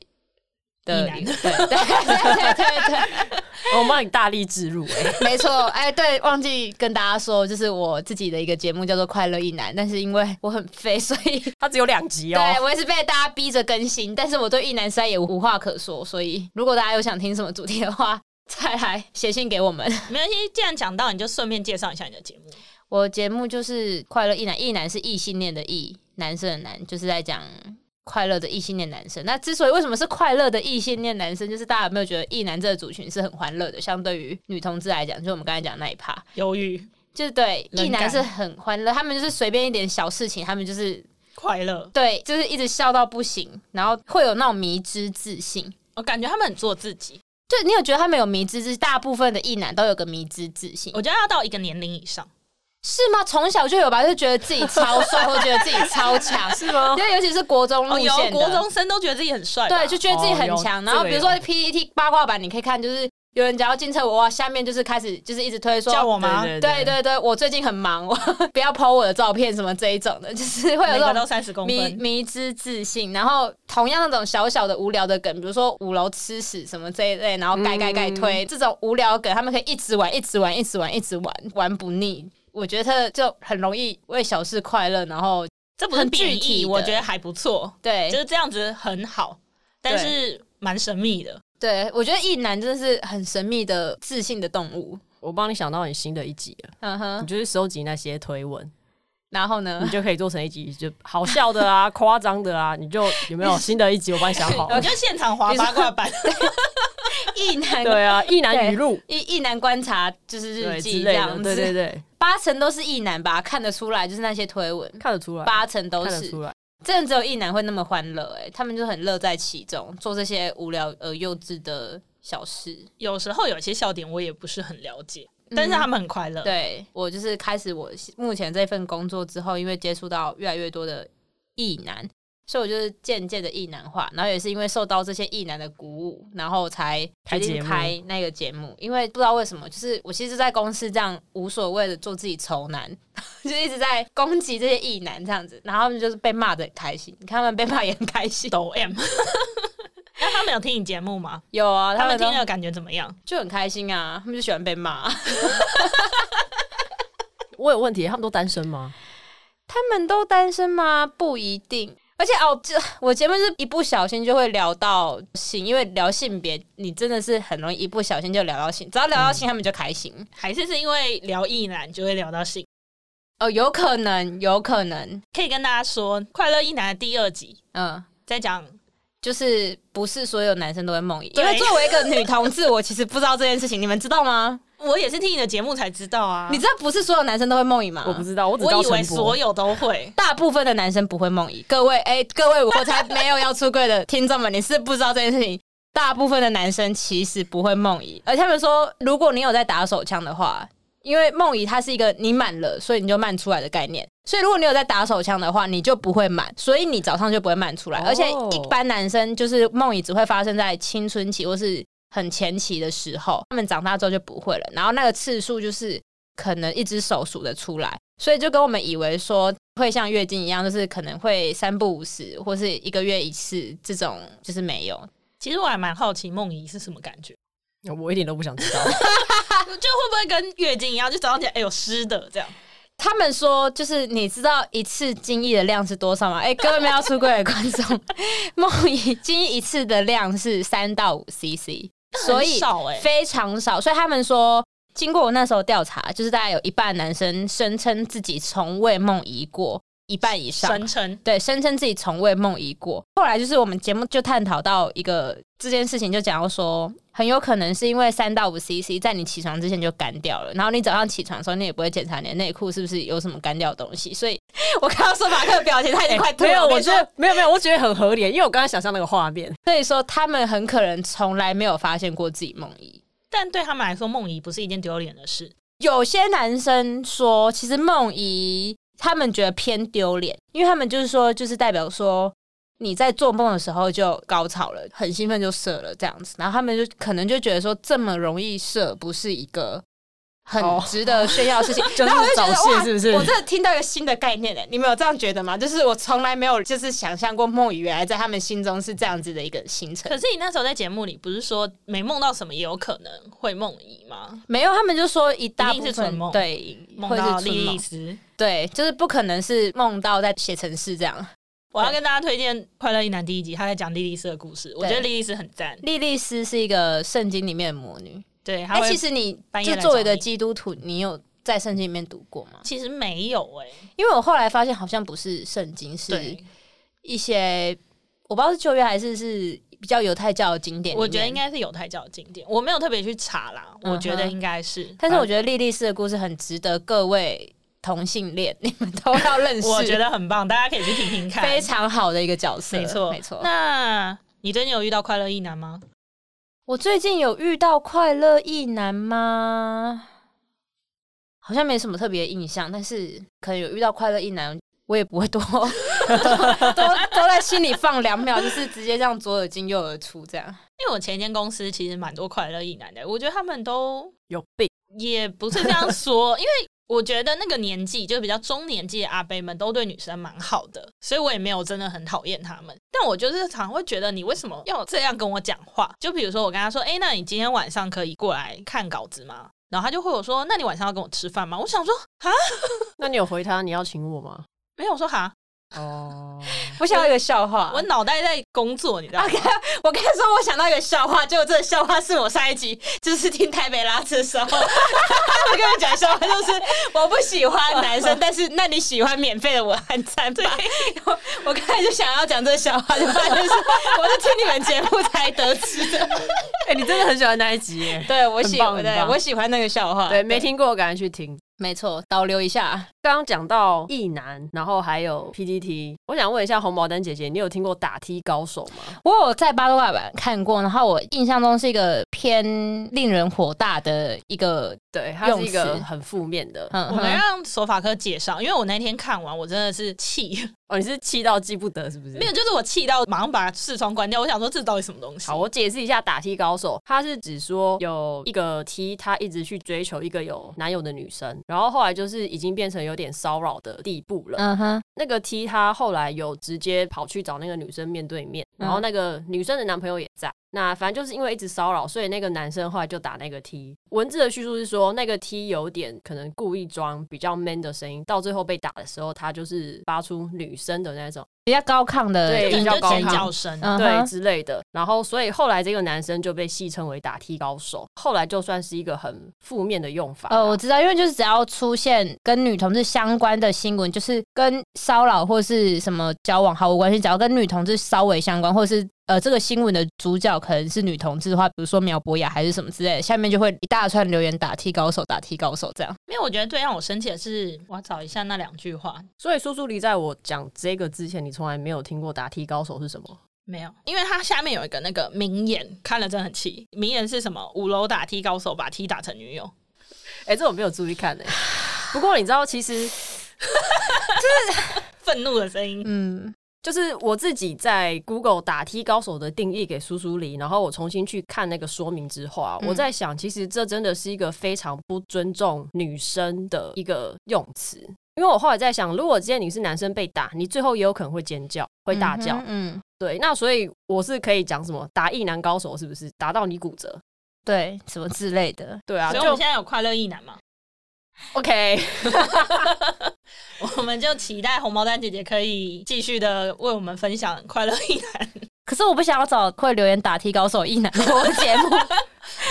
Speaker 2: 的
Speaker 3: 意
Speaker 2: 对
Speaker 3: 男
Speaker 2: 对对对对
Speaker 1: 我帮你大力植入哎，
Speaker 2: 对，没错，哎，对，忘记跟大家说，就是我自己的一个节目叫做《快乐一男》，但是因为我很废，所以
Speaker 1: 它只有两集哦。
Speaker 2: 对我也是被大家逼着更新，但是我对一男三也无话可说，所以如果大家有想听什么主题的话，再来写信给我们。
Speaker 3: 没关系，既然讲到，你就顺便介绍一下你的节目。
Speaker 2: 我节目就是快乐一男，一男是异性恋的异，男生的男，就是在讲快乐的异性恋男生。那之所以为什么是快乐的异性恋男生，就是大家有没有觉得异男这个族群是很欢乐的？相对于女同志来讲，就我们刚才讲的那一趴，
Speaker 3: 忧郁、
Speaker 2: 就是对
Speaker 3: 冷
Speaker 2: 异男
Speaker 3: 感
Speaker 2: 是很欢乐，他们就是随便一点小事情，他们就是
Speaker 3: 快乐，
Speaker 2: 对，就是一直笑到不行，然后会有那种迷之自信。
Speaker 3: 我哦感觉他们很做自己。
Speaker 2: 就你有觉得他们有迷之自，大部分的异男都有个迷之自信
Speaker 3: 我，觉得要到一个年龄以上，
Speaker 2: 是吗？从小就有吧，就觉得自己超帅，或觉得自己超强，
Speaker 1: 是吗？
Speaker 2: 因为尤其是国中
Speaker 3: 哦，
Speaker 2: 路
Speaker 3: 有
Speaker 2: 线的，
Speaker 3: 国中生都觉得自己很帅吧，
Speaker 2: 对，就觉得自己很强。
Speaker 1: 哦有
Speaker 2: 然后
Speaker 1: 这个
Speaker 2: 比如说
Speaker 1: 有
Speaker 2: PPT 八卦版，你可以看，就是有人只要进车我哇，下面就是开始就是一直推说，
Speaker 3: 叫我吗？
Speaker 1: 对
Speaker 2: 对对对，我最近很忙，我 不要 po 我的照片什么这一种的，就是会有
Speaker 3: 每
Speaker 2: 这
Speaker 3: 个
Speaker 2: 种
Speaker 3: 都三十公
Speaker 2: 迷
Speaker 3: 分，
Speaker 2: 迷之自信，然后同样那种小小的无聊的梗，比如说五楼吃屎什么这一类，
Speaker 1: 嗯
Speaker 2: 然后盖盖盖推、这种无聊梗，他们可以一直玩，一直玩，一直玩，一直玩，玩不腻。我觉得就很容易为小事快乐，然后
Speaker 3: 这不是
Speaker 2: 很具
Speaker 3: 贬
Speaker 2: 体
Speaker 3: 义，
Speaker 2: 的
Speaker 3: 我觉得还不错，
Speaker 2: 对
Speaker 3: 就是这样子很好，但是蛮神秘的。
Speaker 2: 对，我觉得异男真的是很神秘的自信的动物。
Speaker 1: 我帮你想到你新的一集了，
Speaker 2: 嗯
Speaker 1: 你
Speaker 2: 哼，
Speaker 1: 就是收集那些推文，
Speaker 2: 然后呢
Speaker 1: 你？就可以做成一集，就好笑的啊、 夸张的啊，你就有没有新的一集？我帮你想好
Speaker 3: 我
Speaker 1: 了。
Speaker 3: 就现场滑八卦版，
Speaker 2: 异男
Speaker 1: 对啊，一男语录，
Speaker 2: 异异男观察就是
Speaker 1: 对之
Speaker 2: 日记这
Speaker 1: 类
Speaker 2: 样
Speaker 1: 的，
Speaker 2: 子，
Speaker 1: 对对 对，
Speaker 2: 八成都是异男吧，看得出来就是那些推文，
Speaker 1: 看得出来，
Speaker 2: 八成都
Speaker 1: 看得
Speaker 2: 是
Speaker 1: 出，来。
Speaker 2: 真的只有异男会那么欢乐，哎，他们就很乐在其中，做这些无聊而幼稚的小事。
Speaker 3: 有时候有些笑点我也不是很了解，但是他们很快乐。
Speaker 2: 对我就是开始我目前这份工作之后，因为接触到越来越多的异男，所以我就是渐渐的异男化，然后也是因为受到这些异男的鼓舞，然后才
Speaker 1: 开
Speaker 2: 决定
Speaker 1: 节目
Speaker 2: 开那个节目。因为不知道为什么，就是我其实，在公司这样无所谓的做自己丑男， 就一直在攻击这些异男这样子，然后他们就是被骂的很开心，你看他们被骂也很开心。
Speaker 3: 抖 M，那他们有听你节目吗？
Speaker 2: 有啊，
Speaker 3: 他
Speaker 2: 他
Speaker 3: 们
Speaker 2: 们
Speaker 3: 听
Speaker 2: 都
Speaker 3: 了感觉怎么样？
Speaker 2: 就很开心啊，他们就喜欢被骂。
Speaker 1: 我有问题，他们都单身吗？
Speaker 2: 他们都单身吗？不一定。而且哦，这我节目是一不小心就会聊到性，因为聊性别，你真的是很容易一不小心就聊到性，只要聊到性，他们就开心。
Speaker 3: 还是是因为聊意男就会聊到性？
Speaker 2: 哦，有可能，有可能，
Speaker 3: 可以跟大家说，《快乐意男》的第二集
Speaker 2: 嗯，
Speaker 3: 在讲
Speaker 2: 就是不是所有男生都会梦遗，
Speaker 3: 对
Speaker 2: 因为作为一个女同志，我其实不知道这件事情，你们知道吗？
Speaker 3: 我也是听你的节目才知道啊。
Speaker 2: 你知道不是所有男生都会梦遗吗？
Speaker 1: 我不知道，我只知
Speaker 3: 我
Speaker 1: 道
Speaker 3: 以为
Speaker 1: 陈柏
Speaker 3: 所有都会，
Speaker 2: 大部分的男生不会梦遗。各位，哎、各位，我才没有要出柜的听众们，你是不知道这件事情。大部分的男生其实不会梦遗，而他们说，如果你有在打手枪的话，因为梦遗它是一个你满了，所以你就漫出来的概念。所以如果你有在打手枪的话，你就不会满，所以你早上就不会漫出来。
Speaker 1: 哦
Speaker 2: 而且一般男生就是梦遗只会发生在青春期或是很前期的时候，他们长大之后就不会了。然后那个次数就是可能一只手数得出来，所以就跟我们以为说会像月经一样，就是可能会三不五时或是一个月一次这种，就是没有。
Speaker 3: 其实我还蛮好奇梦怡是什么感觉，
Speaker 1: 我一点都不想知 道。
Speaker 3: 就会不会跟月经一样，就早上起来哎有湿的这样？
Speaker 2: 他们说，就是你知道一次精液的量是多少吗？哎、各位没有出柜的观众，梦怡精液一次的量是三到五 CC，所
Speaker 3: 很
Speaker 2: 以
Speaker 3: 少哎、
Speaker 2: 非常少。所以他们说，经过我那时候调查，就是大概有一半男生声称自己从未梦遗过，一半以上
Speaker 3: 神称
Speaker 2: 对，声称自己从未梦遗过。后来就是我们节目就探讨到一个这件事情，就讲到说，很有可能是因为三到五 CC 在你起床之前就干掉了，然后你早上起床的时候，你也不会检查你的内裤是不是有什么干掉的东西。所以我看到说马克的表情，他已经快吐了。
Speaker 1: 没有，
Speaker 2: 跟
Speaker 1: 我
Speaker 2: 你
Speaker 1: 觉
Speaker 2: 说
Speaker 1: 得没有没有，我觉得很合理，因为我刚刚想象那个画面，
Speaker 2: 所以说他们很可能从来没有发现过自己梦遗。
Speaker 3: 但对他们来说，梦怡不是一件丢脸的事。
Speaker 2: 有些男生说，其实梦遗他们觉得偏丢脸，因为他们就是说，就是代表说你在做梦的时候就高潮了，很兴奋就射了这样子，然后他们就可能就觉得说这么容易射不是一个很
Speaker 1: 哦
Speaker 2: 值得炫耀的事情，
Speaker 1: 就是
Speaker 2: 然后我就觉得
Speaker 1: 早泄
Speaker 2: 哇
Speaker 1: 是不是
Speaker 2: 我真的听到一个新的概念嘞，你们有这样觉得吗？就是我从来没有就是想象过梦遗原来在他们心中是这样子的一个行程
Speaker 3: 可。是你那时候在节目里不是说没梦到什么也有可能会梦怡吗？
Speaker 2: 没有，他们就说一大
Speaker 3: 一
Speaker 2: 部
Speaker 3: 定
Speaker 2: 分
Speaker 3: 是纯梦
Speaker 2: 对，
Speaker 3: 梦
Speaker 2: 会是
Speaker 3: 到
Speaker 2: 纯
Speaker 3: 莉莉
Speaker 2: 梦，
Speaker 3: 丝。
Speaker 2: 对，就是不可能是梦到在写程式这样。
Speaker 3: 我要跟大家推荐《快乐一男》第一集，他在讲莉莉丝的故事。我觉得莉莉丝很赞，
Speaker 2: 莉莉丝是一个圣经里面的魔女。
Speaker 3: 对，他
Speaker 2: 哎、
Speaker 3: 会、
Speaker 2: 其实你
Speaker 3: 半夜
Speaker 2: 就
Speaker 3: 来
Speaker 2: 作为
Speaker 3: 找
Speaker 2: 一个
Speaker 3: 你
Speaker 2: 基督徒，你有在圣经里面读过吗？
Speaker 3: 其实没有哎、
Speaker 2: 因为我后来发现，好像不是圣经，是
Speaker 3: 对，
Speaker 2: 一些我不知道是旧约还是是比较犹太教的经典。
Speaker 3: 我觉得应。该是犹太教的经典，我没有特别去查啦，
Speaker 2: 嗯哼
Speaker 3: 我觉得应该是，
Speaker 2: 但是我觉得莉莉丝的故事很值得各位同性恋你们都要认识，
Speaker 3: 我觉得很棒，大家可以去听听看，
Speaker 2: 非常好的一个角色。
Speaker 3: 没错
Speaker 2: 没错。
Speaker 3: 那你最近有遇到快乐一男吗？
Speaker 2: 我最近有遇到快乐意男吗？好像没什么特别印象，但是可能有遇到快乐意男，我也不会多 多多多在心里放两秒，就是直接这样左耳进右耳出这样。
Speaker 3: 因为我前一间公司其实蛮多快乐一男的，我觉得他们都
Speaker 1: 有病。
Speaker 3: 也不是这样说，因为我觉得那个年纪就比较中年纪的阿伯们都对女生蛮好的，所以我也没有真的很讨厌他们。但我就是常会觉得你为什么要这样跟我讲话？就比如说我跟他说：“哎、那你今天晚上可以过来看稿子吗？”然后他就会我说：“那你晚上要跟我吃饭吗？”我想说
Speaker 1: 那你有回他你要请我吗？
Speaker 3: 没有，我说哈，
Speaker 1: 哦，
Speaker 2: 我想到一个笑话，
Speaker 3: 我脑袋在工作，你知道吗？
Speaker 2: 我跟他说，我想到一个笑话，结果这个笑话是我上一集就是听台北拉扯的时候， 他们跟我讲笑话，就是我不喜欢男生，但是那你喜欢免费的我汉餐吧？我我刚才就想要讲这个笑话，就发现是我是听你们节目才得知的。
Speaker 1: 哎、你真的很喜欢那一集 耶。
Speaker 2: 对我
Speaker 1: 很
Speaker 2: 喜
Speaker 1: 棒
Speaker 2: 欢，
Speaker 1: 很
Speaker 2: 对
Speaker 1: 棒
Speaker 2: 我喜欢那个笑话，
Speaker 1: 对，没听过，赶快去听。
Speaker 2: 没错，导流一下。
Speaker 1: 刚刚讲到意男，然后还有 PDT，我想问一下红毛丹姐姐，你有听过打踢高手吗？
Speaker 2: 我有在八卦版看过，然后我印象中是一个偏令人火大的一个，
Speaker 1: 对，它是一个
Speaker 2: 用词
Speaker 1: 很负面的。
Speaker 2: 嗯
Speaker 3: 我们让手法科介绍，因为我那天看完，我真的是气，
Speaker 1: 哦，你是气到记不得是不是？
Speaker 3: 没有，就是我气到马上把视窗关掉。我想说，这到底什么东西？
Speaker 1: 好，我解释一下打踢高手，他是指说有一个 T，他一直去追求一个有男友的女生，然后后来就是已经变成有点骚扰的地步了。
Speaker 2: 嗯哼，
Speaker 1: 那个 T 他后来有直接跑去找那个女生面对面，然后
Speaker 2: 嗯
Speaker 1: 那个女生的男朋友也在。那反正就是因为一直骚扰，所以那个男生后来就打那个 T。文字的叙述是说，那个 T 有点可能故意装比较 man 的声音，到最后被打的时候，他就是发出女生的那种
Speaker 2: 比较高亢的
Speaker 1: 对
Speaker 3: 整
Speaker 1: 比较
Speaker 3: 个
Speaker 1: 高亢
Speaker 3: 尖叫声，
Speaker 2: 嗯
Speaker 1: 对
Speaker 2: 哼
Speaker 1: 之类的。然后，所以后来这个男生就被戏称为打 T 高手，后来就算是一个很负面的用法啦。
Speaker 2: 呃，我知道，因为就是只要出现跟女同志相关的新闻，就是跟骚扰或是什么交往毫无关系，只要跟女同志稍微相关，或是呃这个新闻的主角可能是女同志的话，比如说苗博雅还是什么之类的，下面就会一大串留言打踢高手，打踢高手这样。
Speaker 3: 因为我觉得最让我生气的是，我要找一下那两句话，
Speaker 1: 所以苏苏黎在我讲这个之前，你从来没有听过打 T 高手是什么？
Speaker 3: 没有，因为它下面有一个那个名言，看了真的很气。名言是什么？五楼打 T 高手把 T 打成女友。
Speaker 1: 哎、这我没有注意看哎、不过你知道，其实
Speaker 3: 愤怒的声音，
Speaker 2: 嗯，
Speaker 1: 就是我自己在 Google 打 T 高手的定义给苏苏黎，然后我重新去看那个说明之后啊，
Speaker 2: 嗯
Speaker 1: 我在想，其实这真的是一个非常不尊重女生的一个用词。因为我后来在想，如果今天你是男生被打，你最后也有可能会尖叫、会大叫。
Speaker 2: 嗯，
Speaker 1: 对，那所以我是可以讲什么打一男高手是不是打到你骨折？
Speaker 2: 对，什么之类的。
Speaker 1: 对啊，
Speaker 3: 所
Speaker 1: 就
Speaker 3: 以我们现在有快乐意男嘛？
Speaker 1: OK。
Speaker 3: 我们就期待红毛丹姐姐可以继续的为我们分享快乐意男。
Speaker 2: 可是我不想要找会留言打踢高手一男的我的节目，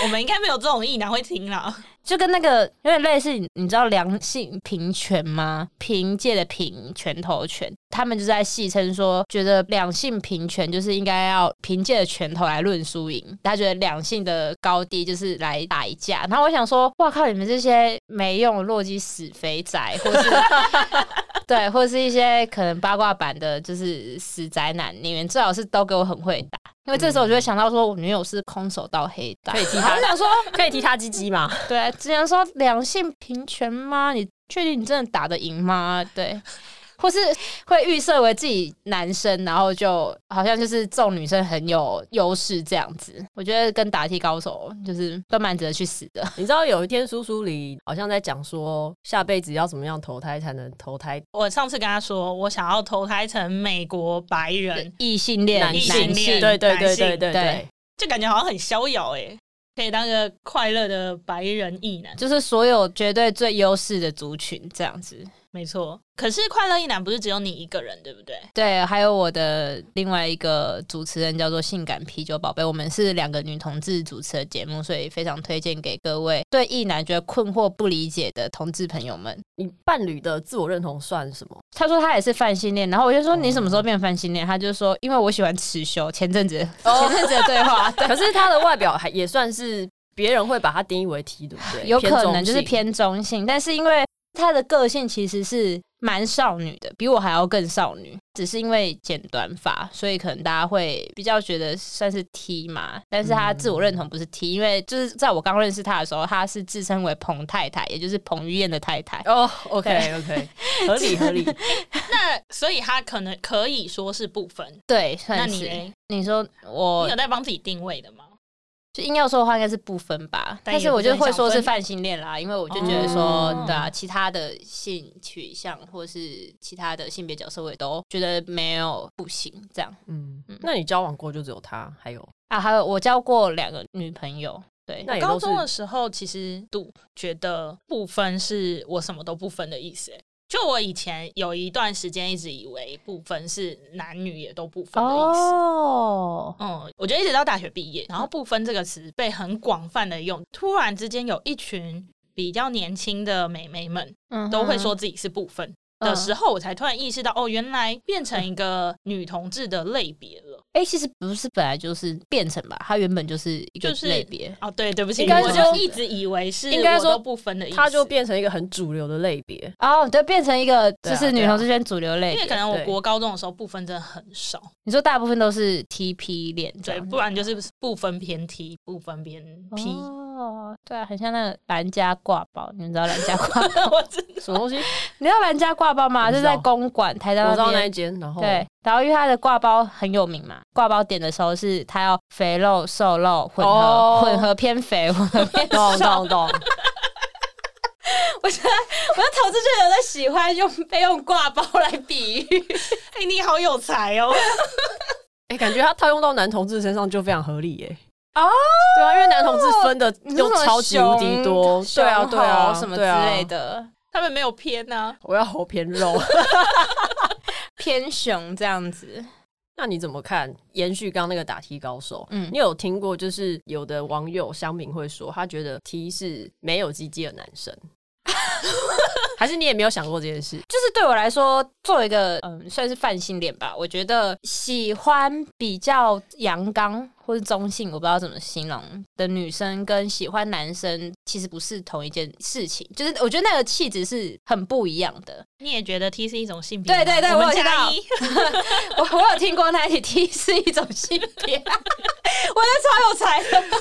Speaker 3: 我们应该没有这种意男会听啦。
Speaker 2: 就跟那个有点类似，你你知道良性平权吗？凭借的凭，拳头拳，他们就在戏称说，觉得两性平权就是应该要凭借着拳头来论输赢，他觉得两性的高低就是来打一架。然后我想说，哇靠，你们这些没用的弱鸡死肥宅，或 是对，或是一些可能八卦版的，就是死宅男，你们最好是都给我很会打，因为这时候我就会想到说，我女友是空手道黑带，
Speaker 1: 可以踢
Speaker 2: 然后
Speaker 1: 他
Speaker 2: 我想说。
Speaker 1: 可以踢他鸡鸡吗？
Speaker 2: 对，之前说两性平权吗？你确定你真的打得赢吗？对，或是会预设为自己男生，然后就好像就是揍女生很有优势这样子。我觉得跟打踢高手就是都蛮值得去死的。
Speaker 1: 你知道有一天苏苏里好像在讲说下辈子要怎么样投胎才能投胎？
Speaker 3: 我上次跟他说，我想要投胎成美国白人，
Speaker 2: 异性恋
Speaker 1: 男
Speaker 2: 男
Speaker 3: 异
Speaker 1: 性
Speaker 2: 性，
Speaker 3: 性恋
Speaker 1: 对对对
Speaker 3: 男性
Speaker 1: 对对对
Speaker 2: 对，
Speaker 3: 就感觉好像很逍遥诶、可以当个快乐的白人意男。
Speaker 2: 就是所有绝对最优势的族群这样子。
Speaker 3: 没错，可是快乐意男不是只有你一个人，对不对？
Speaker 2: 对，还有我的另外一个主持人叫做性感啤酒宝贝，我们是两个女同志主持的节目，所以非常推荐给各位对异男觉得困惑不理解的同志朋友们。
Speaker 1: 你伴侣的自我认同算什么？
Speaker 2: 他说他也是泛性恋，然后我就说你什么时候变泛性恋？他就说因为我喜欢持修。前阵子，前阵子的对话，对
Speaker 1: 可是他的外表还也算是别人会把他定义为 T，对不对？
Speaker 2: 有可
Speaker 1: 中
Speaker 2: 能就是
Speaker 1: 性
Speaker 2: 偏中性，但是因为他的个性其实是蛮少女的，比我还要更少女，只是因为剪短发，所以可能大家会比较觉得算是 T 嘛，但是他自我认同不是 T，、因为就是在我刚认识他的时候，他是自称为彭太太，也就是彭于晏的太太。
Speaker 1: 哦。OK OK，合理合理。
Speaker 3: 那所以他可能可以说是不分。
Speaker 2: 对，
Speaker 3: 那
Speaker 2: 算
Speaker 3: 你
Speaker 2: 是
Speaker 3: 嘞，
Speaker 2: 你说
Speaker 3: 你
Speaker 2: 我
Speaker 3: 有在帮自己定位的吗？
Speaker 2: 就硬要说的话，应该是不分吧，
Speaker 3: 但
Speaker 2: 但
Speaker 3: 也
Speaker 2: 是
Speaker 3: 不
Speaker 2: 我
Speaker 3: 是
Speaker 2: 就
Speaker 3: 很
Speaker 2: 会
Speaker 3: 想
Speaker 2: 说是
Speaker 3: 分
Speaker 2: 泛性恋啦，因为我就觉得说，
Speaker 3: 哦
Speaker 2: 对啊，其他的性取向或是其他的性别角色，我也都觉得没有不行这样
Speaker 1: 嗯，那你交往过就只有他，还有
Speaker 2: 啊。还有我交过两个女朋友，对，
Speaker 1: 那也
Speaker 3: 高
Speaker 1: 都是
Speaker 3: 中的时候，其实读觉得不分是我什么都不分的意思、欸。就我以前有一段时间一直以为不分是男女也都不分的意思。
Speaker 2: 哦，
Speaker 3: 嗯，我觉得一直到大学毕业，然后“不分”这个词被很广泛的用。突然之间，有一群比较年轻的美眉们
Speaker 2: 嗯哼
Speaker 3: 都会说自己是不分的时候，我才突然意识到，哦，原来变成一个女同志的类别了。
Speaker 2: 哎、其实不是本来就是变成吧，它原本就是一个
Speaker 3: 就是
Speaker 2: 类别。
Speaker 3: 哦，对，对不起，
Speaker 1: 应该
Speaker 3: 我
Speaker 1: 说
Speaker 3: 就一直以为是
Speaker 1: 应该说
Speaker 3: 我都不分的意思，
Speaker 1: 它就变成一个很主流的类别。
Speaker 2: 哦，对，变成一个
Speaker 1: 对
Speaker 2: 就
Speaker 1: 啊
Speaker 2: 是女同志圈主流类
Speaker 3: 因为
Speaker 2: 别
Speaker 3: 可能我
Speaker 1: 对
Speaker 3: 国高中的时候不分真的很少，
Speaker 2: 你说大部分都是 TP 恋这
Speaker 3: 对，
Speaker 2: 样
Speaker 3: 不然就是不分偏 T，不分偏 P。
Speaker 2: 哦，对啊，很像那个兰家挂包，你们知道兰家挂包？
Speaker 3: 我真
Speaker 1: 什么东西？
Speaker 2: 你知道兰家挂包吗？
Speaker 1: 我
Speaker 2: 就
Speaker 1: 知
Speaker 2: 是
Speaker 1: 道
Speaker 2: 在公馆台
Speaker 1: 我
Speaker 2: 大
Speaker 1: 知道
Speaker 2: 那
Speaker 1: 那
Speaker 2: 边
Speaker 1: 一。间，哦然后
Speaker 2: 啊对，然后因为它的挂包很有名嘛，挂包点的时候是它要肥肉、瘦肉混合，
Speaker 1: 哦
Speaker 2: 混合偏肥，混合偏瘦。
Speaker 1: 懂懂懂，
Speaker 2: 我觉得我的投资圈有在喜欢用被用挂包来比喻，
Speaker 3: 哎、你好有才哦！
Speaker 1: 哎、感觉它套用到男同志身上就非常合理耶、
Speaker 2: 哦
Speaker 1: 对啊，因为男同志分的又超级无敌多，对啊，对啊，
Speaker 2: 什么之
Speaker 1: 对啊
Speaker 2: 类。的，
Speaker 3: 他们没有偏啊呐、
Speaker 1: 我要猴偏肉，
Speaker 2: 偏熊这样子。
Speaker 1: 那你怎么看？延续刚那个打 T 高手，
Speaker 2: 嗯
Speaker 1: 你有听过就是有的网友乡民会说，他觉得 T 是没有鸡鸡的男生， 还是你也没有想过这件事？
Speaker 2: 就是对我来说，作为一个嗯，算是泛性恋吧，我觉得喜欢比较阳刚或是中性，我不知道怎么形容的女生，跟喜欢男生其实不是同一件事情。就是我觉得那个气质是很不一样的。
Speaker 3: 你也觉得 T 是一种性别吗？
Speaker 2: 对对对，
Speaker 3: 我
Speaker 2: 我有
Speaker 3: 们
Speaker 2: 听
Speaker 3: 加
Speaker 2: 到
Speaker 3: 一，
Speaker 2: 我我有听过那 一题 T 是一种性别，啊 我的超有才的。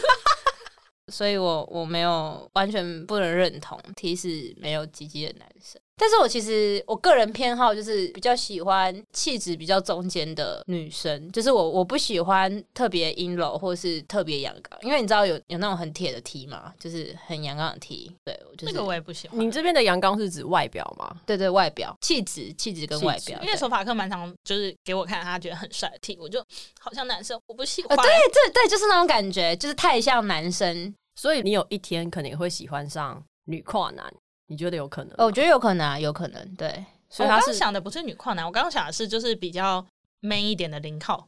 Speaker 2: 所以我我没有完全不能认同 T 是没有鸡鸡的男生，但是我其实我个人偏好就是比较喜欢气质比较中间的女生，就是我我不喜欢特别阴柔或是特别阳刚，因为你知道有有那种很铁的 T 嘛，就是很阳刚的 T，对，我就是
Speaker 3: 那个我也不喜欢。
Speaker 1: 你这边的阳刚是指外表吗？
Speaker 2: 对对外表气质气质跟
Speaker 1: 气
Speaker 2: 外
Speaker 1: 质
Speaker 2: 表，
Speaker 3: 因为
Speaker 2: 对
Speaker 3: 手法课蛮常就是给我看，他觉得很帅的 T，我就好像男生，我不喜欢。
Speaker 2: 呃对对对，就是那种感觉，就是太像男生，
Speaker 1: 所以你有一天可能也会喜欢上女跨男，你觉得有可能吗？
Speaker 2: 哦，我觉得有可能啊，有可能，对。
Speaker 1: 所以
Speaker 3: 我
Speaker 1: 他
Speaker 3: 刚
Speaker 1: 是
Speaker 3: 刚想的不是女跨男，我刚刚想的是就是比较 man 一点的零号。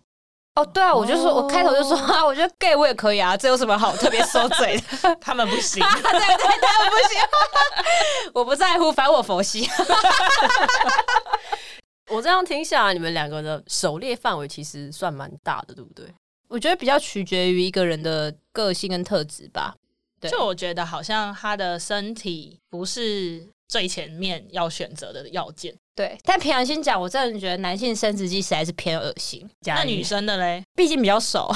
Speaker 2: 哦，对啊，我就说，
Speaker 1: 哦
Speaker 2: 我开头就说啊，我觉得 gay 我也可以啊，这有什么好特 别 说嘴 的？
Speaker 3: 他们不行，
Speaker 2: 对对对，我不行， 我不在乎，反正我佛系。啊
Speaker 1: 我这样听下来，你们两个的狩猎范围其实算蛮大的，对不对？
Speaker 2: 我觉得比较取决于一个人的个性跟特质吧。 对，
Speaker 3: 就我觉得好像他的身体不是最前面要选择的要件。
Speaker 2: 对，但凭良心讲，我真的觉得男性生殖器实在是偏恶心，
Speaker 3: 那
Speaker 1: 那
Speaker 3: 女生的 嘞，
Speaker 2: 毕竟比较熟。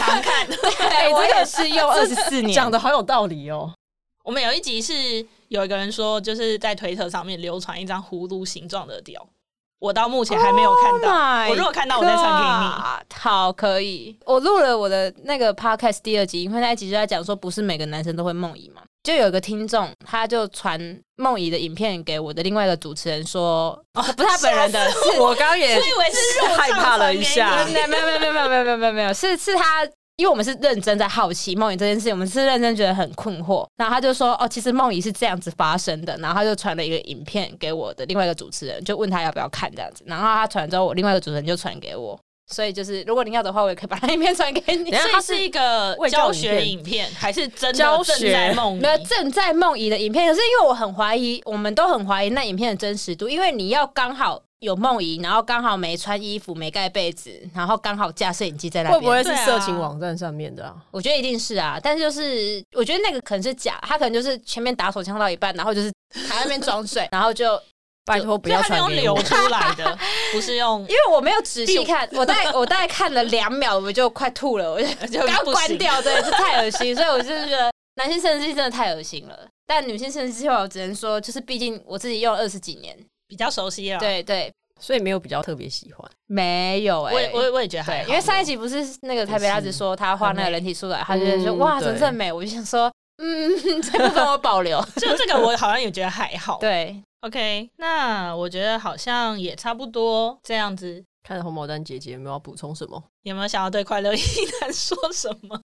Speaker 3: 常 看。
Speaker 2: 对，我也哎是用二十四年，
Speaker 1: 讲的好有道理哦。
Speaker 3: 我们有一集是有一个人说，就是在推特上面流传一张葫芦形状的屌，我到目前还没有看到。
Speaker 2: Oh
Speaker 3: 我如果看到，我再传给你。
Speaker 2: 你。Oh 好，可以。我录了我的那个 podcast 第二集，因为那一集就在讲说，不是每个男生都会梦遗嘛。就有一个听众，他就传梦遗的影片给我的另外一个主持人说，哦、不是他本人的，是
Speaker 1: 我刚刚也
Speaker 3: 我以为是肉
Speaker 1: 害怕了一下
Speaker 2: 没有没有没有没有没有没有没有没有，是是他。因为我们是认真在好奇梦遗这件事，我们是认真觉得很困惑。然后他就说：“哦，其实梦遗是这样子发生的。”然后他就传了一个影片给我的另外一个主持人，就问他要不要看这样子。然后他传之后，我另外一个主持人就传给我。所以就是，如果你要的话，我也可以把那影片传给你
Speaker 1: 等。一下
Speaker 3: 所以
Speaker 1: 它
Speaker 3: 是
Speaker 1: 是
Speaker 3: 一个
Speaker 1: 卫
Speaker 3: 教
Speaker 1: 教影
Speaker 3: 学
Speaker 1: 片
Speaker 3: 影片，还是真的
Speaker 1: 教
Speaker 3: 正
Speaker 1: 学
Speaker 3: 在梦里
Speaker 2: 没？有正在梦遗的影片，可是因为我很怀疑，我们都很怀疑那影片的真实度，因为你要刚好有梦遗，然后刚好没穿衣服、没盖被子，然后刚好架摄影机在那边，
Speaker 1: 会不会是
Speaker 3: 对啊
Speaker 1: 色情网站上面的啊？
Speaker 2: 我觉得一定是啊，但是就是我觉得那个可能是假，他可能就是前面打手枪到一半，然后就是还在那边装睡，然后就
Speaker 1: 拜托不
Speaker 3: 所以
Speaker 1: 要
Speaker 3: 它是
Speaker 1: 传
Speaker 3: 用
Speaker 1: 给我
Speaker 3: 流。出来的，不是用
Speaker 2: 因为我没有仔细看，我大概我大概看了两秒，我就快吐了，我就
Speaker 3: 就
Speaker 2: 刚
Speaker 3: 不
Speaker 2: 关
Speaker 3: 行。
Speaker 2: 掉，对，就太恶心，所以我就是觉得男性生殖器真的太恶心了。但女性生殖器的话，我只能说，就是毕竟我自己用了二十几年，
Speaker 3: 比较熟悉了。，
Speaker 2: 对对，
Speaker 1: 所以没有比较特别喜欢。
Speaker 2: 没有哎、
Speaker 3: 我也我也我也觉得还
Speaker 2: 对，
Speaker 3: 好，
Speaker 2: 因为上一集不是那个台北拉子说他画那个人体素来，他就觉得
Speaker 1: 嗯
Speaker 2: 哇，
Speaker 1: 对
Speaker 2: 真正美，我就想说，嗯， 这部分我保留。
Speaker 3: 就这个我好像也觉得还好。
Speaker 2: 对，
Speaker 3: ，OK，那我觉得好像也差不多这样子。
Speaker 1: 看红毛丹姐姐有没有要补充什么？
Speaker 3: 有没有想要对快乐一男说什么？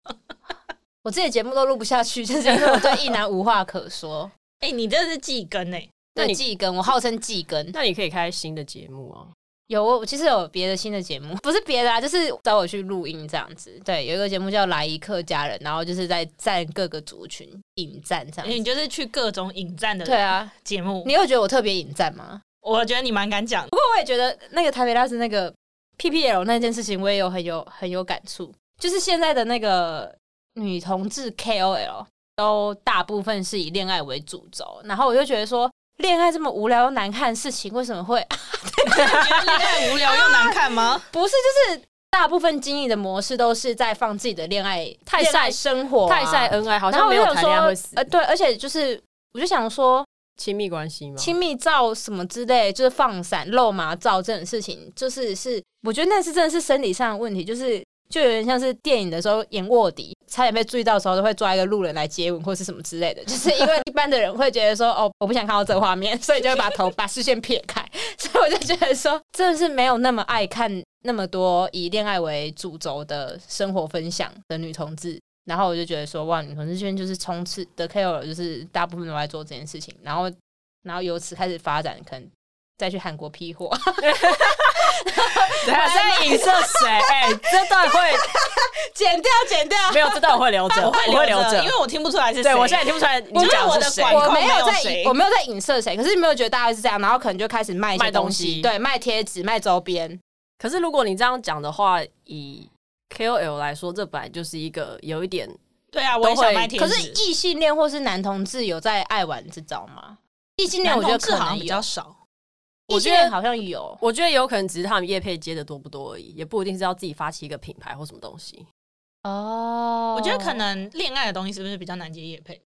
Speaker 2: 我自己的节目都录不下去，就是因为我对一男无话可说。
Speaker 3: 哎、你这是季更哎、
Speaker 1: 那
Speaker 2: 对
Speaker 1: 你
Speaker 2: 季更，我号称季更。
Speaker 1: 那你可以开新的节目啊。
Speaker 2: 有我我其实有别的新的节目，不是别的啊，就是找我去录音这样子。对，有一个节目叫《来一客家人》，然后就是在站各个族群引战这
Speaker 3: 因为哎
Speaker 2: 样
Speaker 3: 你
Speaker 2: 子。
Speaker 3: 就是去各种引战
Speaker 2: 对
Speaker 3: 的
Speaker 2: 啊，
Speaker 3: 节目
Speaker 2: 你。有觉得我特别引战吗？
Speaker 3: 我觉得你蛮敢讲的
Speaker 2: 不，过我也觉得那个台北大师那个 P P L 那件事情，我也有很有很有感触。就是现在的那个女同志 K O L 都大部分是以恋爱为主轴，然后我就觉得说，恋爱这么无聊又难看的事情，为什么会
Speaker 3: 恋爱
Speaker 1: 啊
Speaker 3: 无聊又难看吗？
Speaker 2: 不是，就是大部分经营的模式都是在放自己的恋爱
Speaker 1: 太
Speaker 2: 恋
Speaker 1: 晒
Speaker 2: 爱生活啊、
Speaker 1: 太晒恩爱好
Speaker 2: 然
Speaker 1: 像
Speaker 2: 后我
Speaker 1: 没
Speaker 2: 就
Speaker 1: 有
Speaker 2: 想
Speaker 1: 谈恋爱
Speaker 2: 说
Speaker 1: 会死
Speaker 2: 呃，，对，而且就是我就想说，
Speaker 1: 亲密关系吗？
Speaker 2: 亲密照什么之类，就是放闪、露麻照这种事情，就是是我觉得那是真的是生理上的问题，就是就有点像是电影的时候演卧底，差点被注意到的时候，都会抓一个路人来接吻或是什么之类的， 就是因为一般的人会觉得说哦，我不想看到这个画面，所以就会把头 把视线撇开，所哦以我就觉得说真的是没有那么爱看那么多以恋爱为主轴的生活分享的女同志。然后我就觉得说，哇，女同志圈就是充斥的 KOL，就是大部分都在做这件事情。然后然后由此开始发展，可能再去韩国批货。
Speaker 1: 等一下啊在影射谁？哎，这段会
Speaker 2: 剪掉，剪掉。
Speaker 1: 没有，这段我会留着，我
Speaker 3: 我
Speaker 1: 会留着，
Speaker 3: 因为我听不出来是谁。
Speaker 1: 对我现在听不出来你讲
Speaker 3: 我
Speaker 1: 的
Speaker 3: 的
Speaker 1: 是谁
Speaker 3: 管。
Speaker 2: 我没
Speaker 3: 没有
Speaker 2: 有在
Speaker 3: 谁
Speaker 2: 影，我没有在影射谁，可是你没有觉得大概是这样，然后可能就开始卖一些
Speaker 1: 卖东
Speaker 2: 东
Speaker 1: 西
Speaker 2: 对，卖贴纸、卖周边，
Speaker 1: 可是如果你这样讲的话，以 KOL 来说，这本来就是一个有一点
Speaker 3: 对啊，我也想卖贴
Speaker 2: 可
Speaker 3: 纸。
Speaker 2: 是异性恋或是男同志有在爱玩这招吗？异性恋我觉得
Speaker 3: 男同志
Speaker 2: 可
Speaker 3: 好像
Speaker 2: 能
Speaker 3: 比
Speaker 2: 有
Speaker 3: 较，少。
Speaker 1: 我
Speaker 2: 异
Speaker 1: 觉
Speaker 2: 性
Speaker 1: 得
Speaker 2: 恋好像有。
Speaker 1: 我觉得有可能只是他们业配接的多不多而已，也不一定是要自己发起一个品牌或什么东西，
Speaker 2: 哦
Speaker 3: 我觉得可能恋爱的东西是不是比较难接夜配？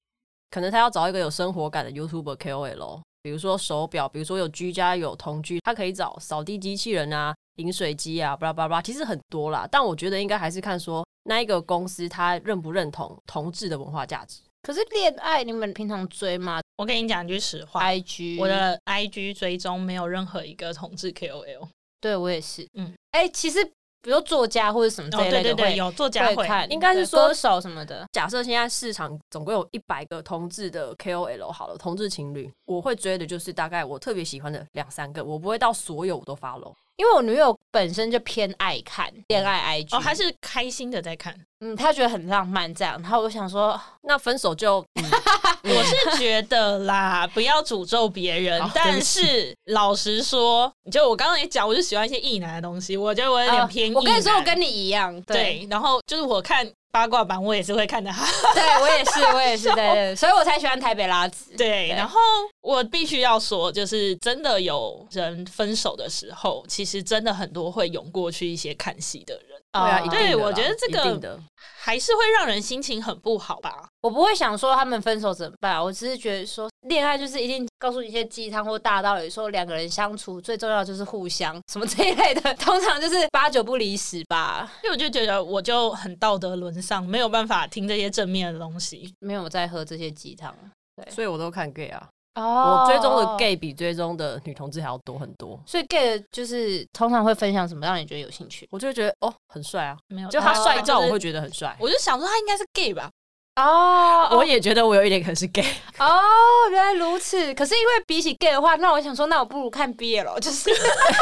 Speaker 1: 可能他要找一个有生活感的 YouTuber KOL，比如说手表，比如说有居家有同居，他可以找扫地机器人啊、饮水机啊，巴拉巴拉，其实很多啦。但我觉得应该还是看说那一个公司他认不认同同志的文化价值。
Speaker 2: 可是恋爱你们平常追吗
Speaker 3: 我跟你讲一句实话，
Speaker 2: ？IG
Speaker 3: 我的 IG 追踪没有任何一个同志 KOL。哦，
Speaker 2: 对我也是，嗯
Speaker 3: 嗯，哦
Speaker 2: 哎、其实比如说作家或者什么这一
Speaker 3: 对
Speaker 2: 类的
Speaker 3: 对
Speaker 2: 会
Speaker 3: 对，有作家
Speaker 2: 会
Speaker 3: 会，
Speaker 2: 看，
Speaker 1: 应该是
Speaker 2: 对
Speaker 1: 说
Speaker 2: 歌手什么的。
Speaker 1: 假设现在市场总共有一百个同志的 KOL 好了，同志情侣，我会追的就是大概我特别喜欢的两三个，我不会到所有我都 follow。
Speaker 2: 因为我女友本身就偏爱看恋爱 IG，
Speaker 3: 哦，她是开心的在 看。
Speaker 2: 嗯，她觉得很浪漫这样，然后我想说，
Speaker 1: 那分手就、嗯
Speaker 3: 我是觉得啦，不要诅咒别人
Speaker 2: 哦
Speaker 1: 好，对
Speaker 3: 但
Speaker 1: 不起
Speaker 3: 是老实说，就我刚刚也讲，我就喜欢一些异男的东西，我觉得我有
Speaker 2: 呃
Speaker 3: 点偏异男、
Speaker 2: 我跟你说，我跟你一样，对，
Speaker 3: 对，然后就是我看八卦版，我也是会看的哈。
Speaker 2: 对我也是，我也是，对对对，所以我才喜欢台北拉子。
Speaker 3: 对，然后我必须要说，就是真的有人分手的时候，其实真的很多会涌过去一些看戏的人，
Speaker 1: 对啊，
Speaker 2: 哦
Speaker 1: 一定的
Speaker 3: 对
Speaker 1: 啦
Speaker 3: 我觉得这个
Speaker 1: 一定的
Speaker 3: 还是会让人心情很不好吧？
Speaker 2: 我不会想说他们分手怎么办，啊我只是觉得说恋爱就是一定告诉你一些鸡汤或大道理，说两个人相处最重要就是互相什么这一类的， 通常就是八九不离十吧。
Speaker 3: 因为我就觉得我就很道德沦丧，没有办法听这些正面的东西。
Speaker 2: 没有在喝这些鸡汤
Speaker 1: 所以我都看 gay 啊，
Speaker 2: 哦
Speaker 1: 我追踪的 gay 比追踪的女同志还要多很多。
Speaker 2: 所以 gay 的就是通常会分享什么让你觉得有兴趣
Speaker 1: 我就会觉得哦，很帅啊！
Speaker 3: 没有，
Speaker 1: 就他
Speaker 2: 哦
Speaker 1: 帅照，
Speaker 3: 就是
Speaker 1: 我会觉得很帅。
Speaker 3: 我就想说他应该是 gay 吧，
Speaker 2: 哦
Speaker 1: 我也觉得我有一点可能是 gay，
Speaker 2: 哦，原来如此。可是因为比起 gay 的话，那我想说，那我不如看 BL，就是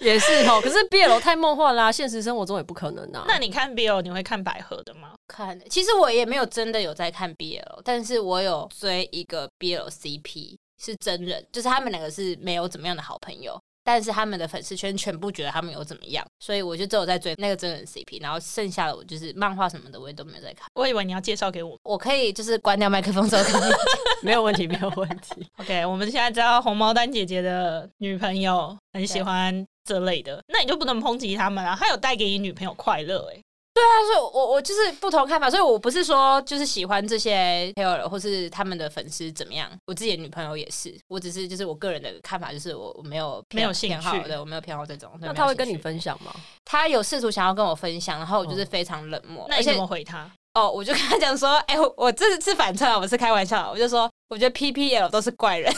Speaker 1: 也是哦。可是 BL 太梦幻啦，现实生活中也不可能啊。
Speaker 3: 那你看 BL 你会看百合的吗？
Speaker 2: 看。其实我也没有真的有在看 BL，但是我有追一个 BL CP，是真人，就是他们两个是没有怎么样的好朋友。但是他们的粉丝圈全部觉得他们有怎么样，所以我就只有在追那个真人 CP，然后剩下的我就是漫画什么的我也都没有在看。
Speaker 3: 我以为你要介绍给我。
Speaker 2: 我可以就是关掉麦克风之后跟你
Speaker 1: 没有问题，没有问题。
Speaker 3: OK，我们现在知道红毛丹姐姐的女朋友很喜欢这类的，那你就不能抨击他们啊！她有带给你女朋友快乐、欸，
Speaker 2: 但是我我就是不同看法，所以我不是说就是喜欢这些 KOL 或是他们的粉丝怎么样，我自己的女朋友也是，我只是就是我个人的看法，就是我我没有偏
Speaker 3: 没有兴
Speaker 2: 偏好
Speaker 3: 趣
Speaker 2: 对我没有偏好这种。对
Speaker 1: 那他会跟，
Speaker 2: 没
Speaker 1: 你
Speaker 2: 有兴趣
Speaker 1: 分享吗？
Speaker 2: 他有试图想要跟我分享，然后我就是非常冷漠，
Speaker 3: 哦那
Speaker 2: 而
Speaker 3: 你
Speaker 2: 且
Speaker 3: 怎么回她？
Speaker 2: 哦，我就跟他讲说，哎、我我这是反串啊，我是开玩笑啊，我就说我觉得 PPL 都是怪人。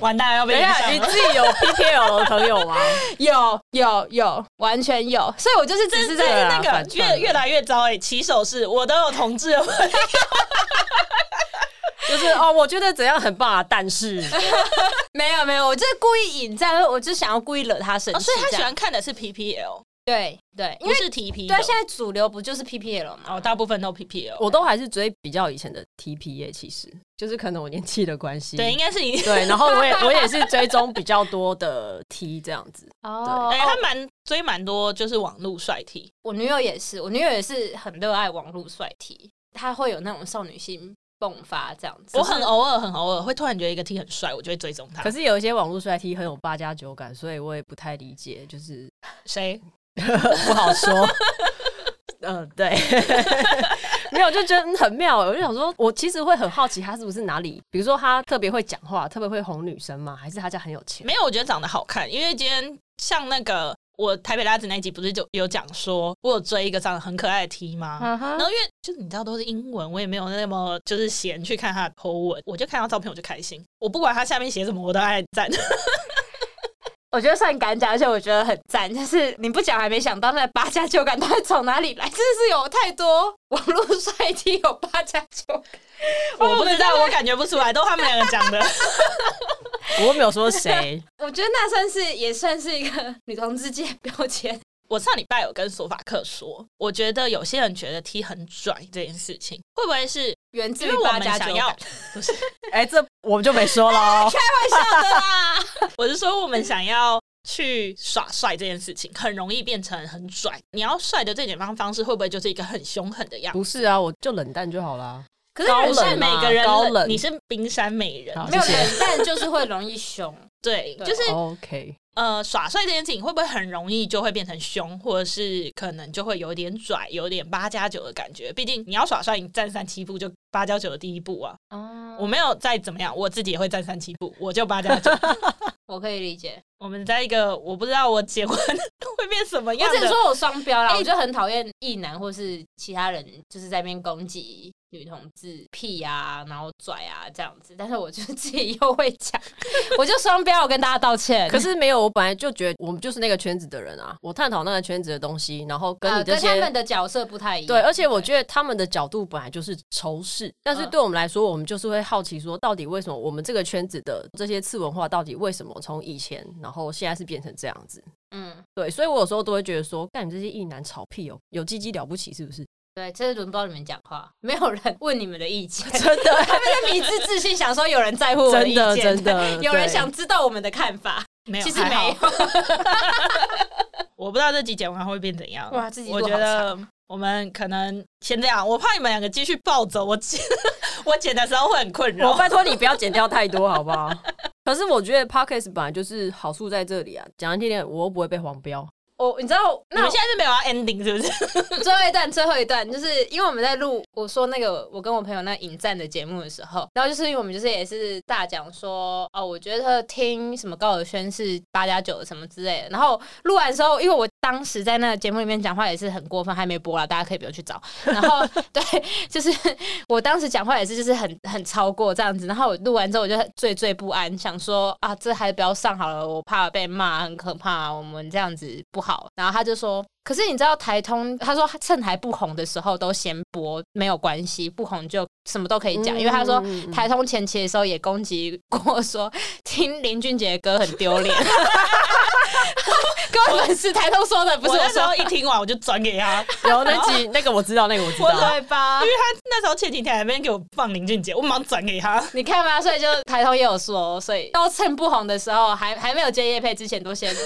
Speaker 3: 完蛋要被
Speaker 1: 等一
Speaker 3: 影
Speaker 1: 下，
Speaker 3: 响
Speaker 1: 你
Speaker 3: 了。
Speaker 1: 自己有 PKL 的朋友吗？
Speaker 2: 有有有，完全有。所以我就是只是
Speaker 3: 这
Speaker 2: 在
Speaker 1: 对
Speaker 3: 是
Speaker 1: 啊
Speaker 3: 那个
Speaker 1: 反串
Speaker 3: 越
Speaker 1: 了
Speaker 3: 越来越糟哎、起手是我都有同志的问题，
Speaker 1: 就是哦，我觉得怎样很棒啊，但 是
Speaker 2: 没有没有，我就是故意引战，我就想要故意惹他生气、
Speaker 3: 哦所以他
Speaker 2: 这
Speaker 3: 喜
Speaker 2: 样
Speaker 3: 欢看的是 PPL，
Speaker 2: 对对，因
Speaker 3: 不
Speaker 2: 为
Speaker 3: 是 TP
Speaker 2: 对啊，
Speaker 3: 的。
Speaker 2: 现在主流不就是 PPL 吗？
Speaker 3: 哦，大部分都 PPL，
Speaker 1: 我都还是追比较以前的 TP 耶，其实就是可能我年纪的关系。
Speaker 3: 对，应该是你。
Speaker 1: 对，然后我也 我也是追踪比较多的 T 这样子，
Speaker 2: 哦
Speaker 3: 哎、他蛮追蛮多，就是网络帅 T，
Speaker 2: 我女友也是，我女友也是很热爱网络帅 T，她会有那种少女心迸发这样子。
Speaker 3: 我很偶尔很偶尔会突然觉得一个 T 很帅，我就会追踪他
Speaker 1: 可。是有一些网络帅 T 很有八加九感，所以我也不太理解，就是
Speaker 3: 谁？
Speaker 1: 不好 说。嗯、对， 没有，就觉得嗯很妙。我就想说，我其实会很好奇他是不是哪里，比如说他特别会讲话，特别会哄女生吗？还是他家很有钱？
Speaker 3: 没有，我觉得长得好看，因为今天像那个我台北拉子那一集不是就有讲说，我有追一个长得很可爱的 T 吗？
Speaker 2: 嗯哼
Speaker 3: 然后因为就是你知道都是英文，我也没有那么就是闲去看他的 po 文，我就看到照片我就开心，我不管他下面写什么我都爱赞。
Speaker 2: 我觉得算敢讲，而且我觉得很赞。就是你不讲还没想到，那八加九感到底从哪里来？真的是有太多网络帅 T 有八加九，
Speaker 3: 我不知道，我感觉不出来，都他们两个讲的。
Speaker 1: 我没有说谁，
Speaker 2: 我觉得那算是也算是一个女同志界标签。
Speaker 3: 我上礼拜有跟索法克说，我觉得有些人觉得 T 很拽这件事情，会不会是
Speaker 2: 源自
Speaker 3: 因
Speaker 2: 于
Speaker 3: 为我
Speaker 2: 八
Speaker 3: 们
Speaker 2: 加
Speaker 3: 想
Speaker 2: 九
Speaker 3: 要
Speaker 2: 感，
Speaker 3: 不是？
Speaker 1: 哎、这我们就没说喽。
Speaker 2: 笑的啦！
Speaker 3: 我是说，我们想要去耍帅这件事情，很容易变成很拽。你要帅的最简单方式，会不会就是一个很凶狠的样子？
Speaker 1: 不是啊，我就冷淡就好啦。
Speaker 2: 可
Speaker 3: 可是
Speaker 1: 高
Speaker 3: 人是
Speaker 1: 冷
Speaker 3: 每
Speaker 1: 嘛
Speaker 3: 个人
Speaker 1: 高
Speaker 3: 冷
Speaker 1: 冷
Speaker 3: 你是冰山美人，
Speaker 1: 好
Speaker 2: 没有
Speaker 1: 谢谢
Speaker 2: 冷淡就是会容易凶，
Speaker 3: 对，
Speaker 2: 对
Speaker 3: 就是
Speaker 1: OK，
Speaker 3: 呃，耍帅这件事情会不会很容易就会变成凶，或者是可能就会有点拽，有点八加九的感觉？毕竟你要耍帅，你站三七步就八加九的第一步啊。
Speaker 2: 哦
Speaker 3: 我没有再怎么样，我自己也会站三七步，我就八加九。
Speaker 2: 我可以理解。
Speaker 3: 我们在一个我不知道我结婚会变什么
Speaker 2: 我
Speaker 3: 样
Speaker 2: 只能
Speaker 3: 的。
Speaker 2: 说我双标啦，
Speaker 3: 哎
Speaker 2: 我就很讨厌异男或是其他人就是在那边攻击女同志屁啊，然后拽啊这样子，但是我就 自己又会讲，我就双标，我跟大家道歉。
Speaker 1: 可是没有，我本来就觉得我们就是那个圈子的人啊，我探讨那个圈子的东西，然后跟
Speaker 2: 呃
Speaker 1: 你这
Speaker 2: 跟他
Speaker 1: 些、
Speaker 2: 们的角色不太一样，
Speaker 1: 对，而且我觉得他们的角度本来就是仇视，但
Speaker 2: 嗯
Speaker 1: 是对我们来说，我们就是会好奇说，到底为什么我们这个圈子的这些次文化，到底为什么从以前，然后现在是变成这样子？
Speaker 2: 嗯，
Speaker 1: 对，所以我有时候都会觉得说，干你这些异男吵屁哦，有鸡鸡了不起是不 是？
Speaker 2: 对，这是轮不到你们讲话，没有人问你们的 意见，
Speaker 1: 真 的，
Speaker 2: 他们在迷之自信，想说有人在乎我意
Speaker 1: 真的，
Speaker 2: 见，
Speaker 1: 真的，
Speaker 2: 有人
Speaker 1: 对
Speaker 2: 想知道我们的看法，
Speaker 3: 没有，
Speaker 2: 其实
Speaker 3: 还好
Speaker 2: 没有。
Speaker 3: 我不知道这集剪完会变怎样。
Speaker 2: 哇自己
Speaker 3: 我
Speaker 2: 做
Speaker 3: 觉
Speaker 2: 好
Speaker 3: 得我们可能先这样，我怕你们两个继续暴走，我剪我剪的时候会很困
Speaker 1: 我
Speaker 3: 扰。
Speaker 1: 拜托你不要剪掉太多，好不好？可是我觉得 podcast 本来就是好处在这里啊，讲难听点，我又不会被黄标。
Speaker 2: 我你知道，
Speaker 3: 你
Speaker 2: 那
Speaker 3: 们
Speaker 2: 我
Speaker 3: 现在是没有要 ending 是不是？
Speaker 2: 最后一段，最后一段，就是因为我们在录我说那个我跟我朋友那引战的节目的时候，然后就是因为我们就是也是大讲说哦，我觉得听什么高尔宣是八加九什么之类的。然后录完之后，因为我当时在那个节目里面讲话也是很过分，还没播啦，大家可以不用去找。然后对，就是我当时讲话也是就是很很超过这样子。然后我录完之后我就惴惴不安，想说啊，这还不要上好了，我怕被骂，很可怕，我们这样子不好。然后他就说。可是你知道台通，他说趁还不红的时候都先播没有关系，不红就什么都可以讲，因为他说
Speaker 1: 嗯嗯嗯
Speaker 2: 台通前期的时候也攻击过说听林俊杰的歌很丢脸， 各位粉丝台通说的不是我
Speaker 3: 那时
Speaker 2: 说
Speaker 3: 候一听完我就转给他，
Speaker 1: 有那集那个我知道，那个我知道。
Speaker 2: 对吧
Speaker 3: 因？为他那时候前几天还没给我放林俊杰，我马上转给他。
Speaker 2: 你看吧，所以就台通也有说，所以都趁不红的时候，还还没有接叶配之前，都先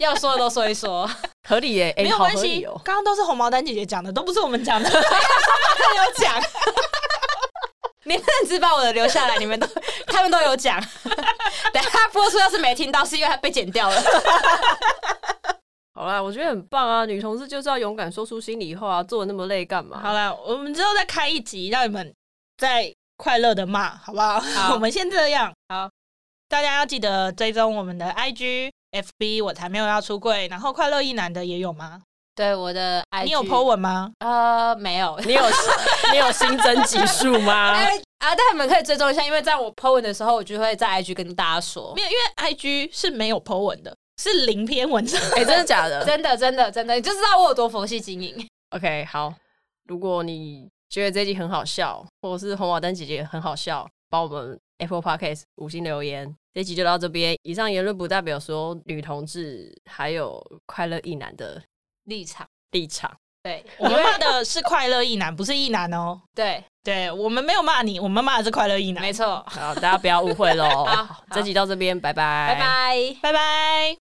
Speaker 2: 要说的都说一说。
Speaker 1: 合理耶、哎、
Speaker 3: 没有
Speaker 1: 好
Speaker 3: 关
Speaker 1: 合
Speaker 3: 系
Speaker 1: 理，哦。
Speaker 3: 刚刚都是红毛丹姐姐讲的，都不是我们讲的，有讲。
Speaker 2: 你们只把我的留下来，你们都他们都有 讲。等下播出要是没听到，是因为他被剪掉了。
Speaker 1: 好啦，我觉得很棒啊，女同志就是要勇敢说出心里话、啊，做得那么累干嘛？
Speaker 3: 好了，我们之后再开一集，让你们再快乐的骂，好不好？
Speaker 2: 好
Speaker 3: 我们先这样。
Speaker 2: 好，
Speaker 3: 大家要记得追踪我们的 IG、FB，我才没有要出柜。然后快乐一男的也有吗？
Speaker 2: 对我的 IG，
Speaker 3: 你有 po 文吗？
Speaker 2: 呃，没有。
Speaker 1: 你有你有新增级数吗？
Speaker 2: 哎啊，但你们可以追踪一下，因为在我 po 文的时候，我就会在 IG 跟大家说
Speaker 3: 没。有，因为 IG 是没有 po 文的，是零篇文章。
Speaker 4: 哎、真的假的？
Speaker 2: 真的，真的，真的，你就知道我有多佛系经营。
Speaker 1: OK，好。如果你觉得这集很好笑，或者是红瓦丹姐姐很好笑，帮我们 Apple Podcast 五星留言。这集就到这边，以上言论不代表所有女同志还有快乐一男的
Speaker 2: 立场
Speaker 1: 立场。
Speaker 2: 对
Speaker 3: 我们骂的是快乐一男，不是一男哦。
Speaker 2: 对，
Speaker 3: 对我们没有骂你，我们骂的是快乐一男
Speaker 2: 没。错。
Speaker 1: 好，大家不要误会喽。
Speaker 2: 好好
Speaker 1: 这集到这边，拜拜，
Speaker 2: 拜拜。
Speaker 3: 拜拜。